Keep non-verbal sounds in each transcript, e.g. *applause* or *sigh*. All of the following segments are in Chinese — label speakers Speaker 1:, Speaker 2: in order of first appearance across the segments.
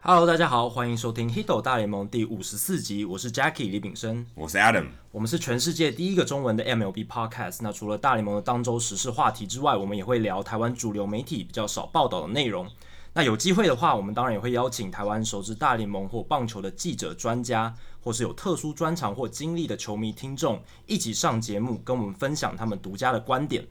Speaker 1: Hello，大家好，欢迎收听《Hito 大联盟》第五十四集，我是 Jackie 李炳生，
Speaker 2: 我是 Adam。
Speaker 1: 我们是全世界第一个中文的 MLB Podcast。那除了大联盟的当周时事话题之外，我们也会聊台湾主流媒体比较少报道的内容。那有机会的话，我们当然也会邀请台湾熟知大联盟或棒球的记者、专家，或是有特殊专长或经历的球迷听众，一起上节目，跟我们分享他们独家的观点。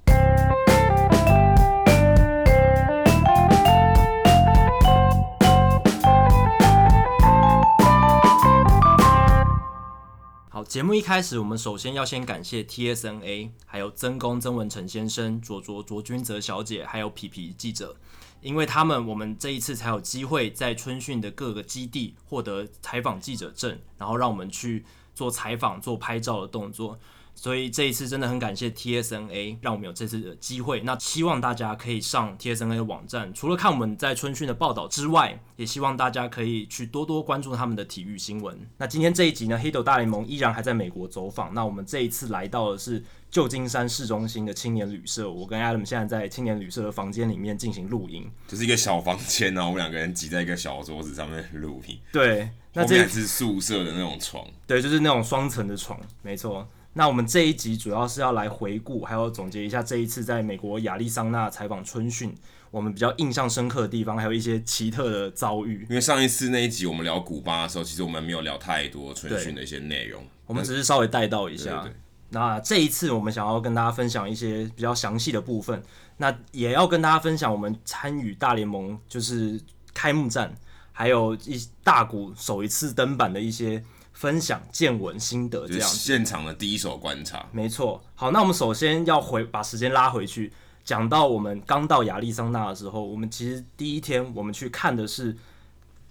Speaker 1: 好，节目一开始，我们首先要先感谢 TSNA，还有曾公曾文成先生、卓卓卓君泽小姐，还有皮皮记者，因为他们，我们这一次才有机会在春训的各个基地获得采访记者证，然后让我们去做采访、做拍照的动作。所以这一次真的很感谢 TSNA，让我们有这次的机会。那希望大家可以上 TSNA 的网站，除了看我们在春训的报道之外，也希望大家可以去多多关注他们的体育新闻。那今天这一集呢，黑斗大联盟依然还在美国走访。那我们这一次来到的是旧金山市中心的青年旅社，我跟 Adam 现在在青年旅社的房间里面进行录音。
Speaker 2: 就是一个小房间，然后我们两个人挤在一个小桌子上面录音。
Speaker 1: 对，那
Speaker 2: 后
Speaker 1: 这一
Speaker 2: 面是宿舍的那种床，
Speaker 1: 对，就是那种双层的床，没错。那我们这一集主要是要来回顾，还有总结一下这一次在美国亚利桑那采访春训，我们比较印象深刻的地方，还有一些奇特的遭遇。
Speaker 2: 因为上一次那一集我们聊古巴的时候，其实我们没有聊太多春训的一些内容。
Speaker 1: 我们只是稍微带到一下。
Speaker 2: 对对对
Speaker 1: 那这一次我们想要跟大家分享一些比较详细的部分，那也要跟大家分享我们参与大联盟就是开幕战，还有一大股首一次登板的一些分享见闻心得
Speaker 2: 就
Speaker 1: 这
Speaker 2: 是
Speaker 1: 样子。
Speaker 2: 现场的第一手观察，
Speaker 1: 没错，好，那我们首先要回把时间拉回去，讲到我们刚到亚利桑那的时候，我们其实第一天我们去看的是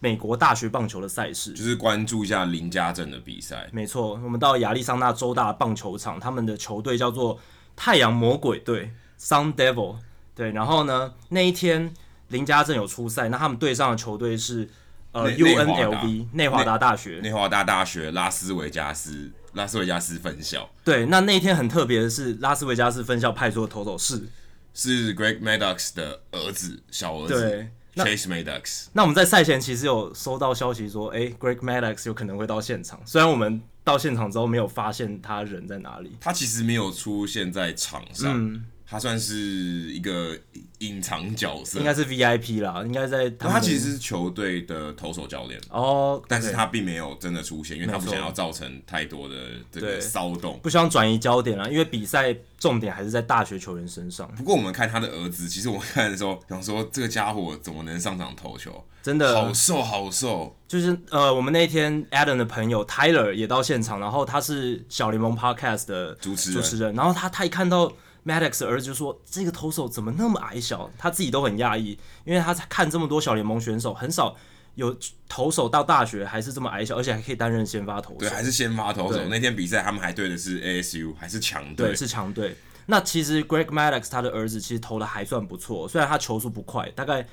Speaker 1: 美国大学棒球的赛事
Speaker 2: 就。是关注一下林家镇的比赛。
Speaker 1: 没错，我们到亚利桑那州大棒球场，他们的球队叫做太阳魔鬼队 （Sun Devil）。对，然后呢，那一天林家镇有出赛，那他们对上的球队是呃
Speaker 2: 内内华达
Speaker 1: UNLV 内华达大学。
Speaker 2: 内华达大学拉斯维加斯拉斯维加斯分校
Speaker 1: 对，那那一天很特别的是，拉斯维加斯分校派出的投手是
Speaker 2: 是 Greg Maddux 的儿子，小儿子
Speaker 1: 对那
Speaker 2: Chase Maddux。
Speaker 1: 那我们在赛前其实有收到消息说，诶 g r e g Maddox 有可能会到现场。虽然我们到现场之后没有发现他人在哪里，
Speaker 2: 他其实没有出现在场上，
Speaker 1: 嗯
Speaker 2: 他算是一个隐藏角色
Speaker 1: 应。该是 VIP 啦，应该在他们
Speaker 2: 他其实是球队的投手教练，
Speaker 1: 哦，
Speaker 2: 但是
Speaker 1: 嗯对
Speaker 2: 他并没有真的出现，因为他不
Speaker 1: 没错
Speaker 2: 想要造成太多的这
Speaker 1: 对
Speaker 2: 个骚动。
Speaker 1: 不希望转移焦点啦，因为比赛重点还是在大学球员身上，
Speaker 2: 不过我们看他的儿子，其实我们看的时候想说，这个家伙怎么能上场投球？
Speaker 1: 真的
Speaker 2: 好瘦，好瘦，
Speaker 1: 就是呃，我们那天 Adam 的朋友 Tyler 也到现场，然后他是小联盟 Podcast 的
Speaker 2: 主持
Speaker 1: 主
Speaker 2: 人
Speaker 1: 持人，然后他他一看到 Maddox 的儿子就说这个投手怎么那么矮小，他自己都很讶异，因为他看这么多小联盟选手，很少有投手到大学还是这么矮小，而且还可以担任先发投手
Speaker 2: 对，，还是先发投
Speaker 1: 对
Speaker 2: 手。那天比赛他们还对的是 ASU，还是强
Speaker 1: 对，
Speaker 2: 队，
Speaker 1: 是强队。那其实 Greg Maddox 他的儿子其实投的还算不错，虽然他球速不快，大概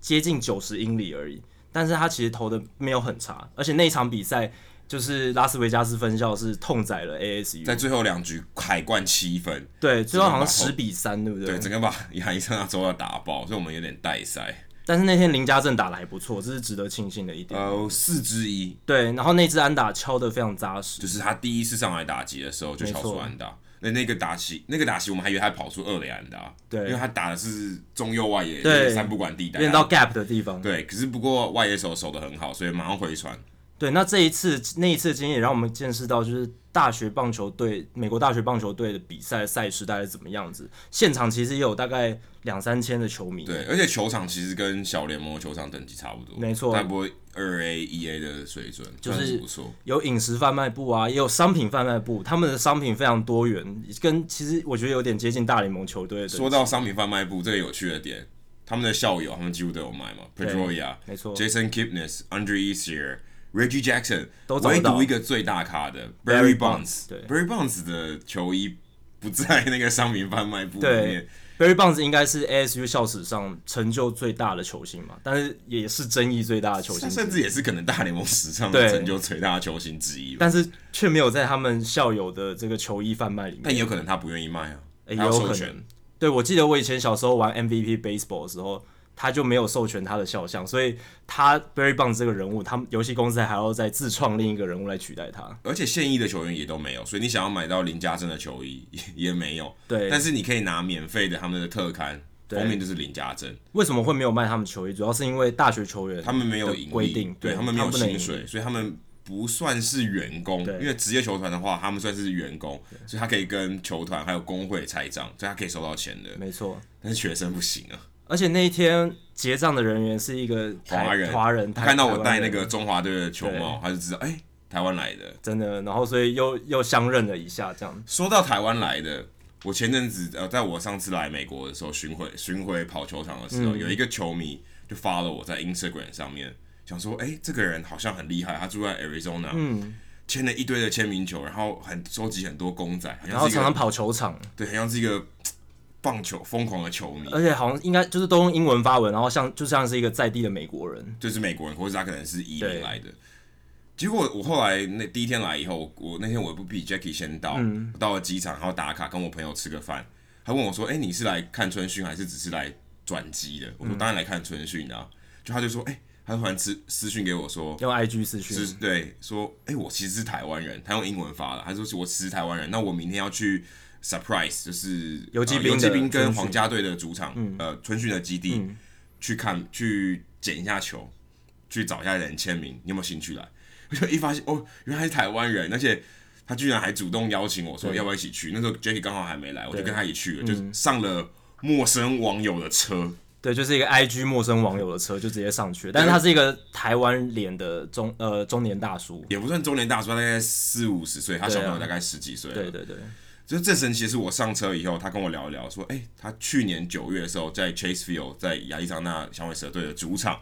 Speaker 1: 接近九十英里而已，但是他其实投的没有很差。而且那一场比赛就是拉斯维加斯分校是痛宰了 ASU，
Speaker 2: 在最后两局海冠七分，
Speaker 1: 对，最后好像
Speaker 2: 整
Speaker 1: 十
Speaker 2: 个把
Speaker 1: 比三，对不对？
Speaker 2: 对，整个把 *laughs* 亚历山大州要打爆，所以我们有点带塞。
Speaker 1: 但是那天林家正打的还不错，这是值得庆幸的一点。
Speaker 2: 呃，四之一，
Speaker 1: 对，然后那支安打敲的非常扎实，
Speaker 2: 就是他第一次上来打击的时候就敲
Speaker 1: 没
Speaker 2: 出
Speaker 1: 错
Speaker 2: 安打。那那个打击，那个打击，我们还以为他跑出二垒安打，
Speaker 1: 对
Speaker 2: 因为他打的是中右外野
Speaker 1: 对
Speaker 2: 三不管地带，
Speaker 1: 练到 gap 的地方。
Speaker 2: 对，可是不过外野手守的很好，所以马上回传。
Speaker 1: 对，那这一次那一次的经验也让我们见识到，就是大学棒球队美国大学棒球队的比赛赛事大概是怎么样子。现场其实也有大概两三千的球迷，
Speaker 2: 对，而且球场其实跟小联盟的球场等级差不多，
Speaker 1: 没错
Speaker 2: 但不过二 A、一 A 的水准，
Speaker 1: 是
Speaker 2: 算是不错。
Speaker 1: 有饮食贩卖部啊，也有商品贩卖部，他们的商品非常多元，跟其实我觉得有点接近大联盟球队的等级。
Speaker 2: 说到商品贩卖部这个有趣的点，他们的校友他们几乎都有卖嘛，Pedroia、
Speaker 1: 没错
Speaker 2: Jason Kipnis、Andre Easier、Reggie Jackson，
Speaker 1: 都找
Speaker 2: 唯
Speaker 1: 得到
Speaker 2: 独一个最大咖的
Speaker 1: Barry
Speaker 2: Barry
Speaker 1: Bonds，
Speaker 2: Bonds，
Speaker 1: 对
Speaker 2: Barry Bonds 的球衣不在那个商品贩卖部里
Speaker 1: 对
Speaker 2: 面，
Speaker 1: ，Barry Bonds 应该是 ASU 校史上成就最大的球星嘛，但是也是争议最大的球
Speaker 2: 他
Speaker 1: 星之一，
Speaker 2: 甚至也是可能大联盟史上
Speaker 1: 对
Speaker 2: 成就最大的球星之一吧。
Speaker 1: 但是却没有在他们校友的这个球衣贩卖里面
Speaker 2: 但。也有可能他不愿意卖啊，
Speaker 1: 欸
Speaker 2: 他
Speaker 1: 也有
Speaker 2: 要授
Speaker 1: 可
Speaker 2: 权
Speaker 1: 能。。对，我记得我以前小时候玩 MVP Baseball 的时候，他就没有授权他的肖像，所以他 Barry Bonds 这个人物，他们游戏公司还要再自创另一个人物来取代他。
Speaker 2: 而且现役的球员也都没有，所以你想要买到林家珍的球衣也也没有。
Speaker 1: 对，
Speaker 2: 但是你可以拿免费的他们的特刊，
Speaker 1: 对
Speaker 2: 封面就是林家珍，
Speaker 1: 为什么会没有卖他们球衣？主要是因为大学球员
Speaker 2: 他们没有盈利，
Speaker 1: 的规定，
Speaker 2: 对
Speaker 1: 他
Speaker 2: 他们没有
Speaker 1: 不能
Speaker 2: 薪
Speaker 1: 盈
Speaker 2: 水，所以他们不算是员工。
Speaker 1: 对
Speaker 2: 因为职业球团的话，他们算是员工，所以他可以跟球团还有工会拆账，所以他可以收到钱的
Speaker 1: 利，。没错。
Speaker 2: 但是学生不行
Speaker 1: *laughs*
Speaker 2: 啊，
Speaker 1: 而且那一天结账的人员是一个台
Speaker 2: 华人，
Speaker 1: 华人
Speaker 2: 他
Speaker 1: 台
Speaker 2: 看到我
Speaker 1: 台湾
Speaker 2: 戴那
Speaker 1: 人
Speaker 2: 个中华队的球帽，他就知道，哎、台湾来的。
Speaker 1: 真的，然后所以又又相认了一下，这样
Speaker 2: 说到台湾来的，我前阵子呃，在我上次来美国的时候巡回巡回跑球场的时
Speaker 1: 嗯
Speaker 2: 候，有一个球迷就发了我在 Instagram 上面，想说，哎、这个人好像很厉害，他住在 Arizona，签、
Speaker 1: 嗯
Speaker 2: 了一堆的签名球，然后很收集很多公仔，好
Speaker 1: 然
Speaker 2: 像
Speaker 1: 后
Speaker 2: 是一
Speaker 1: 常
Speaker 2: 个
Speaker 1: 常跑球场，
Speaker 2: 对，好像是一个嘖棒球疯狂的球迷。
Speaker 1: 而且好像应该就是都用英文发文，然后像就像是一个在地的美国人，
Speaker 2: 就是美国人，或者他可能是移
Speaker 1: 对
Speaker 2: 民来的。结果我后来那第一天来以后，我我那天我不比 Jackie 先到，
Speaker 1: 嗯
Speaker 2: 我到了机场，然后打卡，跟我朋友吃个饭。他问我说：“哎、你是来看春训还是只是来转机的？”
Speaker 1: 嗯
Speaker 2: 我说：“当然来看春训啊。就他就说：“哎、他突然私私讯给我说，
Speaker 1: 用 IG 私讯，
Speaker 2: 是对，说：“哎、我其实是台湾人。”他用英文发了，他说：“我其实是台湾人。”那我明天要去 surprise，就是
Speaker 1: 游击
Speaker 2: 呃
Speaker 1: 兵
Speaker 2: 游击
Speaker 1: 的春
Speaker 2: 兵跟
Speaker 1: 训嗯
Speaker 2: 皇家队的主场，呃，春训的基地、去看去捡一下球，去找一下人签名，你有没有兴趣来？ *laughs* 我就一发现哦，原来是台湾人，而且。他居然还主动邀请我说要不要一起去，那时候 Jackie 刚好还没来，我就跟他一起去了，
Speaker 1: 嗯
Speaker 2: 就上了陌生网友的车，
Speaker 1: 对，就是一个 IG 陌生网友的车就直接上去，但是他是一个台湾脸的中呃中年大叔，
Speaker 2: 也不算中年大叔，他大概四五十岁，他小朋友
Speaker 1: 对啊
Speaker 2: 大概十几岁了，
Speaker 1: 对对对，
Speaker 2: 就最神奇的是，我上车以后，他跟我聊一聊，说，哎、他去年九月的时候在 Chase Field，在亚利桑那响尾蛇队的主场，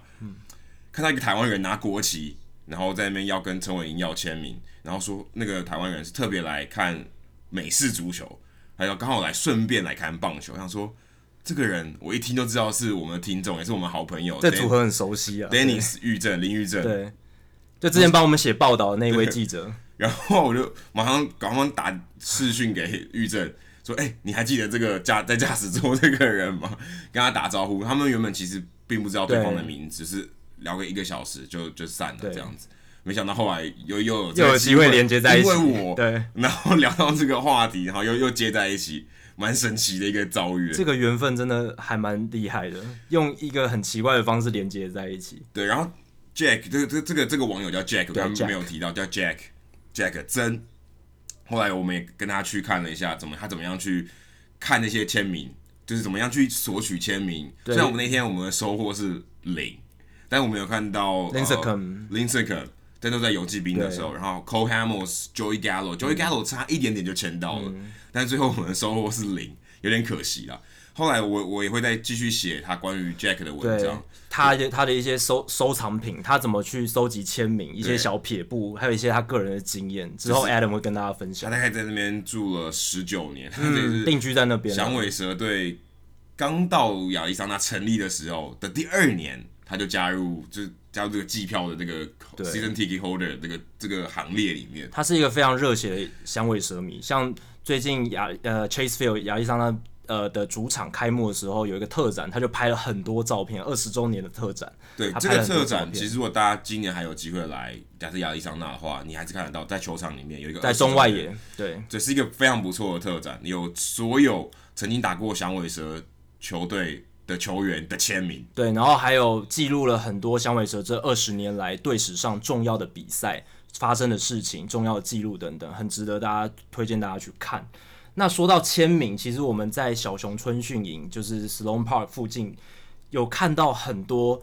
Speaker 2: 看到一个台湾人拿国旗，然后在那边要跟陈伟霆要签名，然后说那个台湾人是特别来看美式足球，还有刚好来顺便来看棒球，我想说这个人我一听就知道是我们的听众，也是我们好朋友，
Speaker 1: 这组合很熟悉啊，
Speaker 2: Dennis 玉正林玉正，
Speaker 1: 对，就之前帮我们写报道的那一位记者，
Speaker 2: 然后我就马上赶快打视讯给玉正，说：“哎、你还记得这个驾在驾驶座这个人吗？”跟他打招呼。他们原本其实并不知道对方的名字，只是聊个一个小时就就散了
Speaker 1: 对
Speaker 2: 这样子。没想到后来又又有这
Speaker 1: 又
Speaker 2: 个
Speaker 1: 有机会连接在一起，
Speaker 2: 因为我，
Speaker 1: 对，
Speaker 2: 然后聊到这个话题，然后又又接在一起，蛮神奇的一个遭遇。
Speaker 1: 这个缘分真的还蛮厉害的，用一个很奇怪的方式连接在一起，
Speaker 2: 对，然后 Jack 这个这个这个这个网友叫 Jack，
Speaker 1: 对
Speaker 2: 我刚刚
Speaker 1: Jack
Speaker 2: 没有提到叫 Jack Jack 真。后来我们也跟他去看了一下，怎么他怎么样去看那些签名，就是怎么样去索取签名。虽然我们那天我们的收获是零，但我们有看到
Speaker 1: Lincecum
Speaker 2: 呃、Lincecum 战斗在游击兵的时候，然后 Cole Hamels、Joey Gallo、Joey
Speaker 1: 嗯
Speaker 2: Gallo 差一点点就签到了，但最后我们的收获是零，有点可惜啦。后来我我也会再继续写他关于 Jack 的文
Speaker 1: 对
Speaker 2: 章，。
Speaker 1: 他的他的一些收收藏品，他怎么去收集签名，一些小撇步，还有一些他个人的经验，之后 Adam 会跟大家分
Speaker 2: 他
Speaker 1: 享。
Speaker 2: 大概在那边住了十九年，他这是
Speaker 1: 定居在那嗯边了，啊
Speaker 2: 响尾蛇队刚到亚利桑那成立的时候的第二年，他就加入就是加入这个季票的这个 season ticket holder 这个这个行列里面。
Speaker 1: 他是一个非常热血的响尾蛇迷。像最近亚呃 Chase Field 亚利桑那呃的主场开幕的时候，有一个特展，他就拍了很多照片，二十周年的特展。
Speaker 2: 对
Speaker 1: 他
Speaker 2: 这
Speaker 1: 拍了
Speaker 2: 个
Speaker 1: 很多
Speaker 2: 特
Speaker 1: 照
Speaker 2: 展，其
Speaker 1: 片，
Speaker 2: 实如果大家今年还有机会来，假设亚利桑那的话，你还是看得到，在球场里面有一个
Speaker 1: 在
Speaker 2: 20周
Speaker 1: 中外
Speaker 2: 年
Speaker 1: 野，对
Speaker 2: 这是一个非常不错的特展，有所有曾经打过响尾蛇球队的球员的签名。
Speaker 1: 对，然后还有记录了很多响尾蛇这二十年来队史上重要的比赛发生的事情、重要的记录等等，很值得大家推荐大家去看。那说到签名，其实我们在小熊春训营，就是 Sloan Park 附近，有看到很多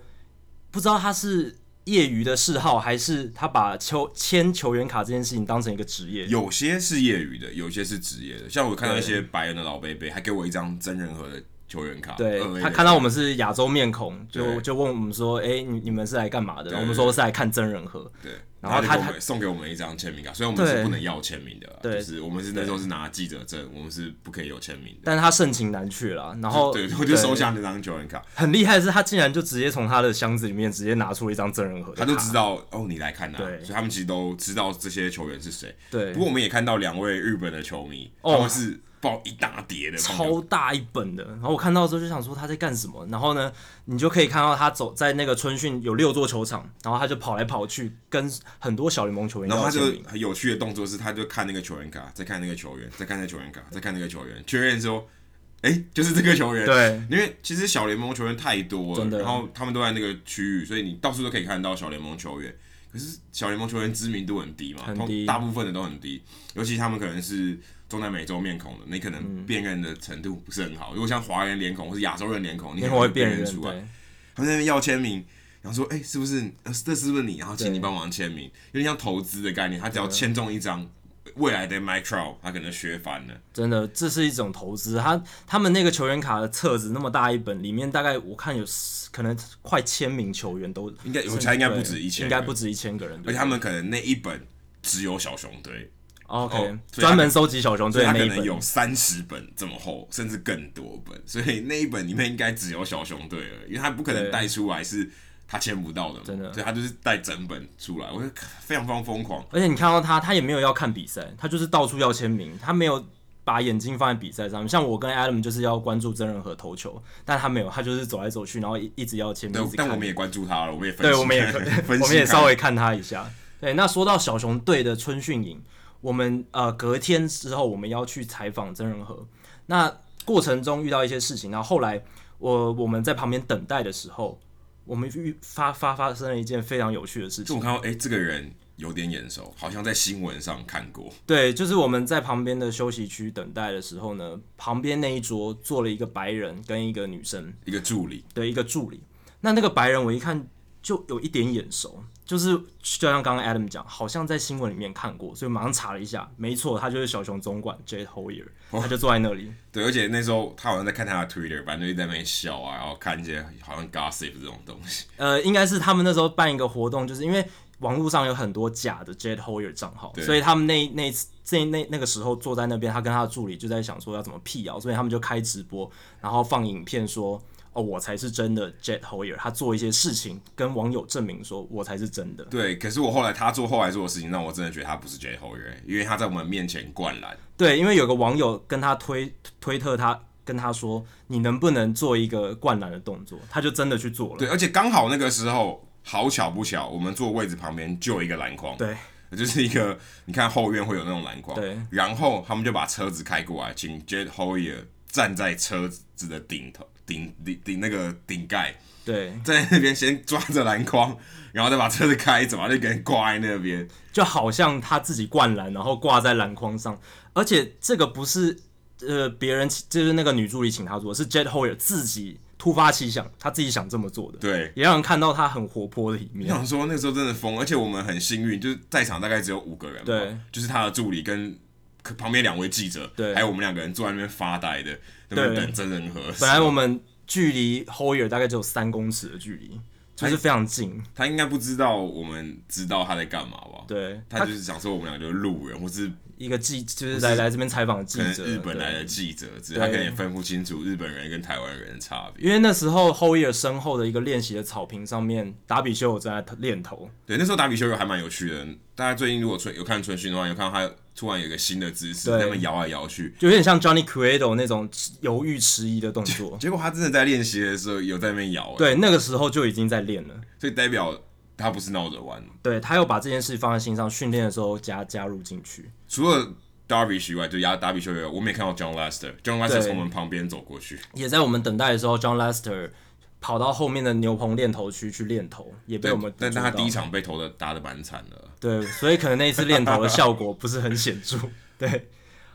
Speaker 1: 不知道他是业余的嗜好，还是他把球签球员卡这件事情当成一个职业。
Speaker 2: 有些是业余的，有些是职业的。像我看到一些白人的老贝贝，还给我一张真人和的球员卡。
Speaker 1: 对
Speaker 2: 二 A 的
Speaker 1: 他看到我们是亚洲面孔，就
Speaker 2: 嗯对
Speaker 1: 就问我们说：“哎、你你们是来干嘛的？”
Speaker 2: 对
Speaker 1: 我们说是来看真人和。
Speaker 2: 对，
Speaker 1: 然后
Speaker 2: 就
Speaker 1: 他
Speaker 2: 给我们送给我们一张签名卡，所以我们
Speaker 1: 对
Speaker 2: 是不能要签名的啦。
Speaker 1: 对
Speaker 2: 就是我们是那时候是拿记者证，我们是不可以有签名的。
Speaker 1: 但是他盛情难却啦，然后
Speaker 2: 对，我就收。下那张球员卡，
Speaker 1: 很厉害的是，他竟然就直接从他的箱子里面直接拿出一张真人盒，
Speaker 2: 他就知道哦，你来看啊，
Speaker 1: 对
Speaker 2: 所以他们其实都知道这些球员是谁。
Speaker 1: 对
Speaker 2: 不过我们也看到两位日本的球迷，
Speaker 1: 哦
Speaker 2: 他们是爆一大叠的棒球
Speaker 1: 超大一本的。然后我看到的时候就想说他在干什么，然后呢，你就可以看到他走在那个春训有六座球场，然后他就跑来跑去，跟很多小联盟球员
Speaker 2: 然后
Speaker 1: 要
Speaker 2: 他就
Speaker 1: 签名。
Speaker 2: 很有趣的动作是，他就看那个球员卡，再看那个球员，再看那个球员卡，再看那个球员，确认说，哎、就是这个球员。
Speaker 1: 对，
Speaker 2: 因为其实小联盟球员太多
Speaker 1: 真
Speaker 2: 了，
Speaker 1: 的
Speaker 2: 然后他们都在那个区域，所以你到处都可以看到小联盟球员。可是小联盟球员知名度很低嘛，
Speaker 1: 很
Speaker 2: 通
Speaker 1: 低
Speaker 2: 大部分的都很低，尤其他们可能是中南美洲面孔的，你可
Speaker 1: 嗯
Speaker 2: 能辨认的程度不是很好。如果像华人脸孔或是亚洲人脸孔，你可
Speaker 1: 因
Speaker 2: 能
Speaker 1: 为我会
Speaker 2: 辨
Speaker 1: 变
Speaker 2: 认
Speaker 1: 人，
Speaker 2: 出来。
Speaker 1: 对，
Speaker 2: 他们在那边要签名，然后说：“哎、是不是呃这是不是你？”然后请
Speaker 1: 对
Speaker 2: 你帮忙签名，有点像投资的概念。他只要签中一张，未来的 Mike Trout 他可能学翻了。
Speaker 1: 真的，这是一种投资。他他们那个球员卡的册子那么大一本，里面大概我看有十可能快千名球员都
Speaker 2: 应该
Speaker 1: 甚
Speaker 2: 我
Speaker 1: 至
Speaker 2: 猜应该不
Speaker 1: 对
Speaker 2: 止一千
Speaker 1: 应
Speaker 2: 个
Speaker 1: 该不止一千个人。
Speaker 2: 而
Speaker 1: 对
Speaker 2: 且他们可能那一本只有小熊队，哦所以
Speaker 1: OK
Speaker 2: 他
Speaker 1: 专门收集小熊
Speaker 2: 所
Speaker 1: 队
Speaker 2: 以他
Speaker 1: 的
Speaker 2: 可
Speaker 1: 那一
Speaker 2: 能有
Speaker 1: 本，
Speaker 2: 三十本这么厚，甚至更多本。所以那一本里面应该只有小熊队了，因为他不可能
Speaker 1: 对
Speaker 2: 带出来是他签不到的嘛，
Speaker 1: 真的
Speaker 2: 所以他就是带整本出来，我觉得非常非常疯狂。
Speaker 1: 而且你看到他，他也没有要看比赛，他就是到处要签名，他没有。把眼睛放在比赛上面，像我跟 Adam 就是要关注真人和投球，但他没有，他就是走来走去，然后一一直要签名，
Speaker 2: 对
Speaker 1: 一直，看
Speaker 2: 但我们也关注他了，我们也分析
Speaker 1: 对，我们也 *laughs*
Speaker 2: 分析
Speaker 1: 我们也
Speaker 2: 看
Speaker 1: 稍微看他一下。对，那说到小熊队的春训营，我们呃隔天之后我们要去采访曾仁和，那过程中遇到一些事情，然后后来我我们在旁边等待的时候，我们遇发发发生了一件非常有趣的事
Speaker 2: 就
Speaker 1: 情。
Speaker 2: 我看到，哎、这个人有点眼熟，好像在新闻上看过。
Speaker 1: 对，就是我们在旁边的休息区等待的时候呢，旁边那一桌坐了一个白人跟一个女生，
Speaker 2: 一个助理，
Speaker 1: 的一个助理。那那个白人我一看就有一点眼熟，就是就像刚刚 Adam 讲，好像在新闻里面看过，所以马上查了一下，没错，他就是小熊总管 J Hoyer，他就坐在那里。
Speaker 2: 对，而且那时候他好像在看他的 Twitter，反正就一直在那边笑啊，然后看一些好像 gossip 这种东西。
Speaker 1: 呃，应该是他们那时候办一个活动，就是因为网络上有很多假的 J Hoyer 账号，
Speaker 2: 对
Speaker 1: 所以他们那那这那那个时候坐在那边，他跟他的助理就在想说要怎么辟谣，所以他们就开直播，然后放影片说。哦，我才是真的 Jet Hoyer，他做一些事情跟网友证明说，我才是真的。
Speaker 2: 对，可是我后来他做后来做的事情，让我真的觉得他不是 J Hoyer，因为他在我们面前灌篮。
Speaker 1: 对，因为有个网友跟他推推特他，跟他说：“你能不能做一个灌篮的动作？”他就真的去做了。
Speaker 2: 对，而且刚好那个时候，好巧不巧，我们坐位置旁边就有一个篮筐，
Speaker 1: 对，
Speaker 2: 就是一个你看后院会有那种篮筐，
Speaker 1: 对，
Speaker 2: 然后他们就把车子开过来，请 Jet Hoyer 站在车子的顶头顶顶顶那个顶盖，
Speaker 1: 对，
Speaker 2: *laughs* 在那边先抓着篮筐，然后再把车子开走，然后就给人挂在那边。
Speaker 1: 就好像他自己灌篮，然后挂在篮筐上。而且这个不是呃别人请，就是那个女助理请他做的，是 Jet Hoyer 自己突发奇想，他自己想这么做的，
Speaker 2: 对，
Speaker 1: 也让人看到他很活泼的一
Speaker 2: 我
Speaker 1: 面。
Speaker 2: *laughs* 想说那时候真的疯，而且我们很幸运，就是在场大概只有五个人嘛，
Speaker 1: 对，
Speaker 2: 就是他的助理跟可旁边两位记者，
Speaker 1: 对
Speaker 2: 还有我们两个人坐在那边发呆的，那边
Speaker 1: 对
Speaker 2: 等真人和。
Speaker 1: 本来我们距离 Hoyer 大概只有三公尺的距离，就是非常近。
Speaker 2: 他应该不知道我们知道他在干嘛吧？，
Speaker 1: 对，
Speaker 2: 他就是想说我们两个就是路人，或是
Speaker 1: 一个记就是来来这边采访的记
Speaker 2: 可能
Speaker 1: 者，
Speaker 2: 日本
Speaker 1: 对
Speaker 2: 来的记者之类，他可
Speaker 1: 对
Speaker 2: 能也分不清楚日本人跟台湾人的差别。
Speaker 1: 因为那时候 Hoyer 身后的一个练习的草坪上面，达比修有正在练头，
Speaker 2: 对，那时候打比修友还蛮有趣的。大家最近如果春有看春训的话，有看到他突然有一个新的姿势，
Speaker 1: 对
Speaker 2: 他们摇来摇去。。
Speaker 1: 就有点像 Johnny Cueto 那种犹豫迟疑的动作
Speaker 2: 结果他真的在练习的时候有在那边摇，，欸
Speaker 1: 对，那个时候就已经在练了。
Speaker 2: 所以代表他不是闹着玩。
Speaker 1: 对他又把这件事放在心上，训练的时候加加入进去。
Speaker 2: 除了 Darvish 以外，就压打比修友，我们也看到 John Lester，John Lester
Speaker 1: 对
Speaker 2: 从我们旁边走过去，
Speaker 1: 也在我们等待的时候，John Lester 跑到后面的牛棚练头区去练头，也被我们
Speaker 2: 但
Speaker 1: 捕
Speaker 2: 但
Speaker 1: 捉
Speaker 2: 他
Speaker 1: 到
Speaker 2: 第一场被投的打的蛮惨的。
Speaker 1: 对，所以可能那一次练头的效果不是很显著。 *laughs* 对，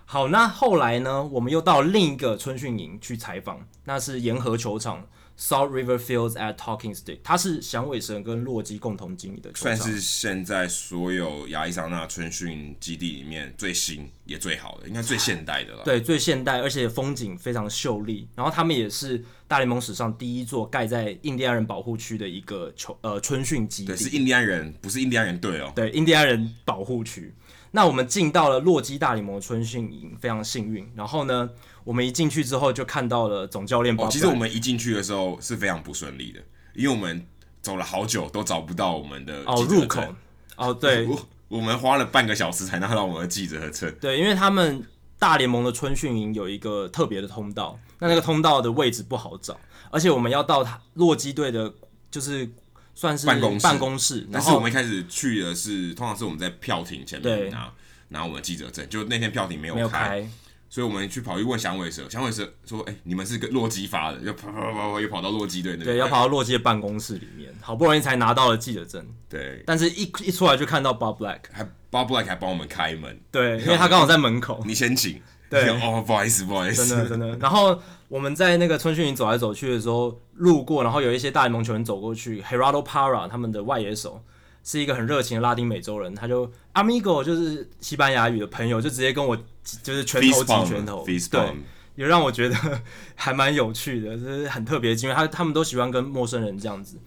Speaker 1: 好，那后来呢，我们又到另一个春训营去采访，那是沿河球场 Salt River Fields at Talking Stick，它是响尾蛇跟洛基共同经营的球
Speaker 2: 算
Speaker 1: 场。
Speaker 2: 是现在所有亚利桑那春训基地里面最新也最好的，应该最现代的了。
Speaker 1: 对，最现代，而且风景非常秀丽。然后他们也是大联盟史上第一座盖在印第安人保护区的一个球呃春训基地。
Speaker 2: 对，是印第安人，不是印第安人队哦。
Speaker 1: 对，印第安人保护区。那我们进到了洛基大联盟春训营，非常幸运。然后呢，我们一进去之后就看到了总教练鲍、
Speaker 2: 哦，其实我们一进去的时候是非常不顺利的，因为我们走了好久都找不到我们的
Speaker 1: 哦
Speaker 2: 记者
Speaker 1: 入
Speaker 2: 证
Speaker 1: 口，哦对
Speaker 2: *laughs*
Speaker 1: 嗯
Speaker 2: 我我们花了半个小时才拿到我们的记者证。
Speaker 1: 对，因为他们大联盟的春训营有一个特别的通道，那那个通道的位置不好找，而且我们要到他洛基队的，就是算是
Speaker 2: 办公室
Speaker 1: 办公室，然
Speaker 2: 但是我
Speaker 1: 后
Speaker 2: 们一开始去的是，通常是我们在票亭前
Speaker 1: 对
Speaker 2: 面拿拿我们的记者证，就那天票亭没有
Speaker 1: 没有
Speaker 2: 开，
Speaker 1: 开，
Speaker 2: 所以我们去跑去问响尾蛇，响尾蛇说：“哎、你们是跟洛基发的，就跑跑跑跑又跑到洛基队那边，
Speaker 1: 对，要跑到洛基的办公室里面，好不容易才拿到了记者证，
Speaker 2: 对，
Speaker 1: 但是一一出来就看到 Bob Black，
Speaker 2: 还 Bob Black 还帮我们开门，
Speaker 1: 对，因为他刚好在门口，
Speaker 2: 你先请，
Speaker 1: 哦对
Speaker 2: *laughs* 哦，不好意思，不好意
Speaker 1: 真
Speaker 2: 思， *laughs*
Speaker 1: 的真的。然后我们在那个春训营走来走去的时候，路过，然后有一些大联盟球员走过去，Gerardo Parra 他们的外野手是一个很热情的拉丁美洲人，他就 Amigo 就是西班牙语的朋友，就直接跟我就是
Speaker 2: *laughs*
Speaker 1: 拳
Speaker 2: f e
Speaker 1: 头
Speaker 2: a
Speaker 1: 挤拳头
Speaker 2: f e a，
Speaker 1: 对，也让我觉得 *laughs* 还蛮有趣的，就是很特别的经历。他他们都喜欢跟陌生人这样子。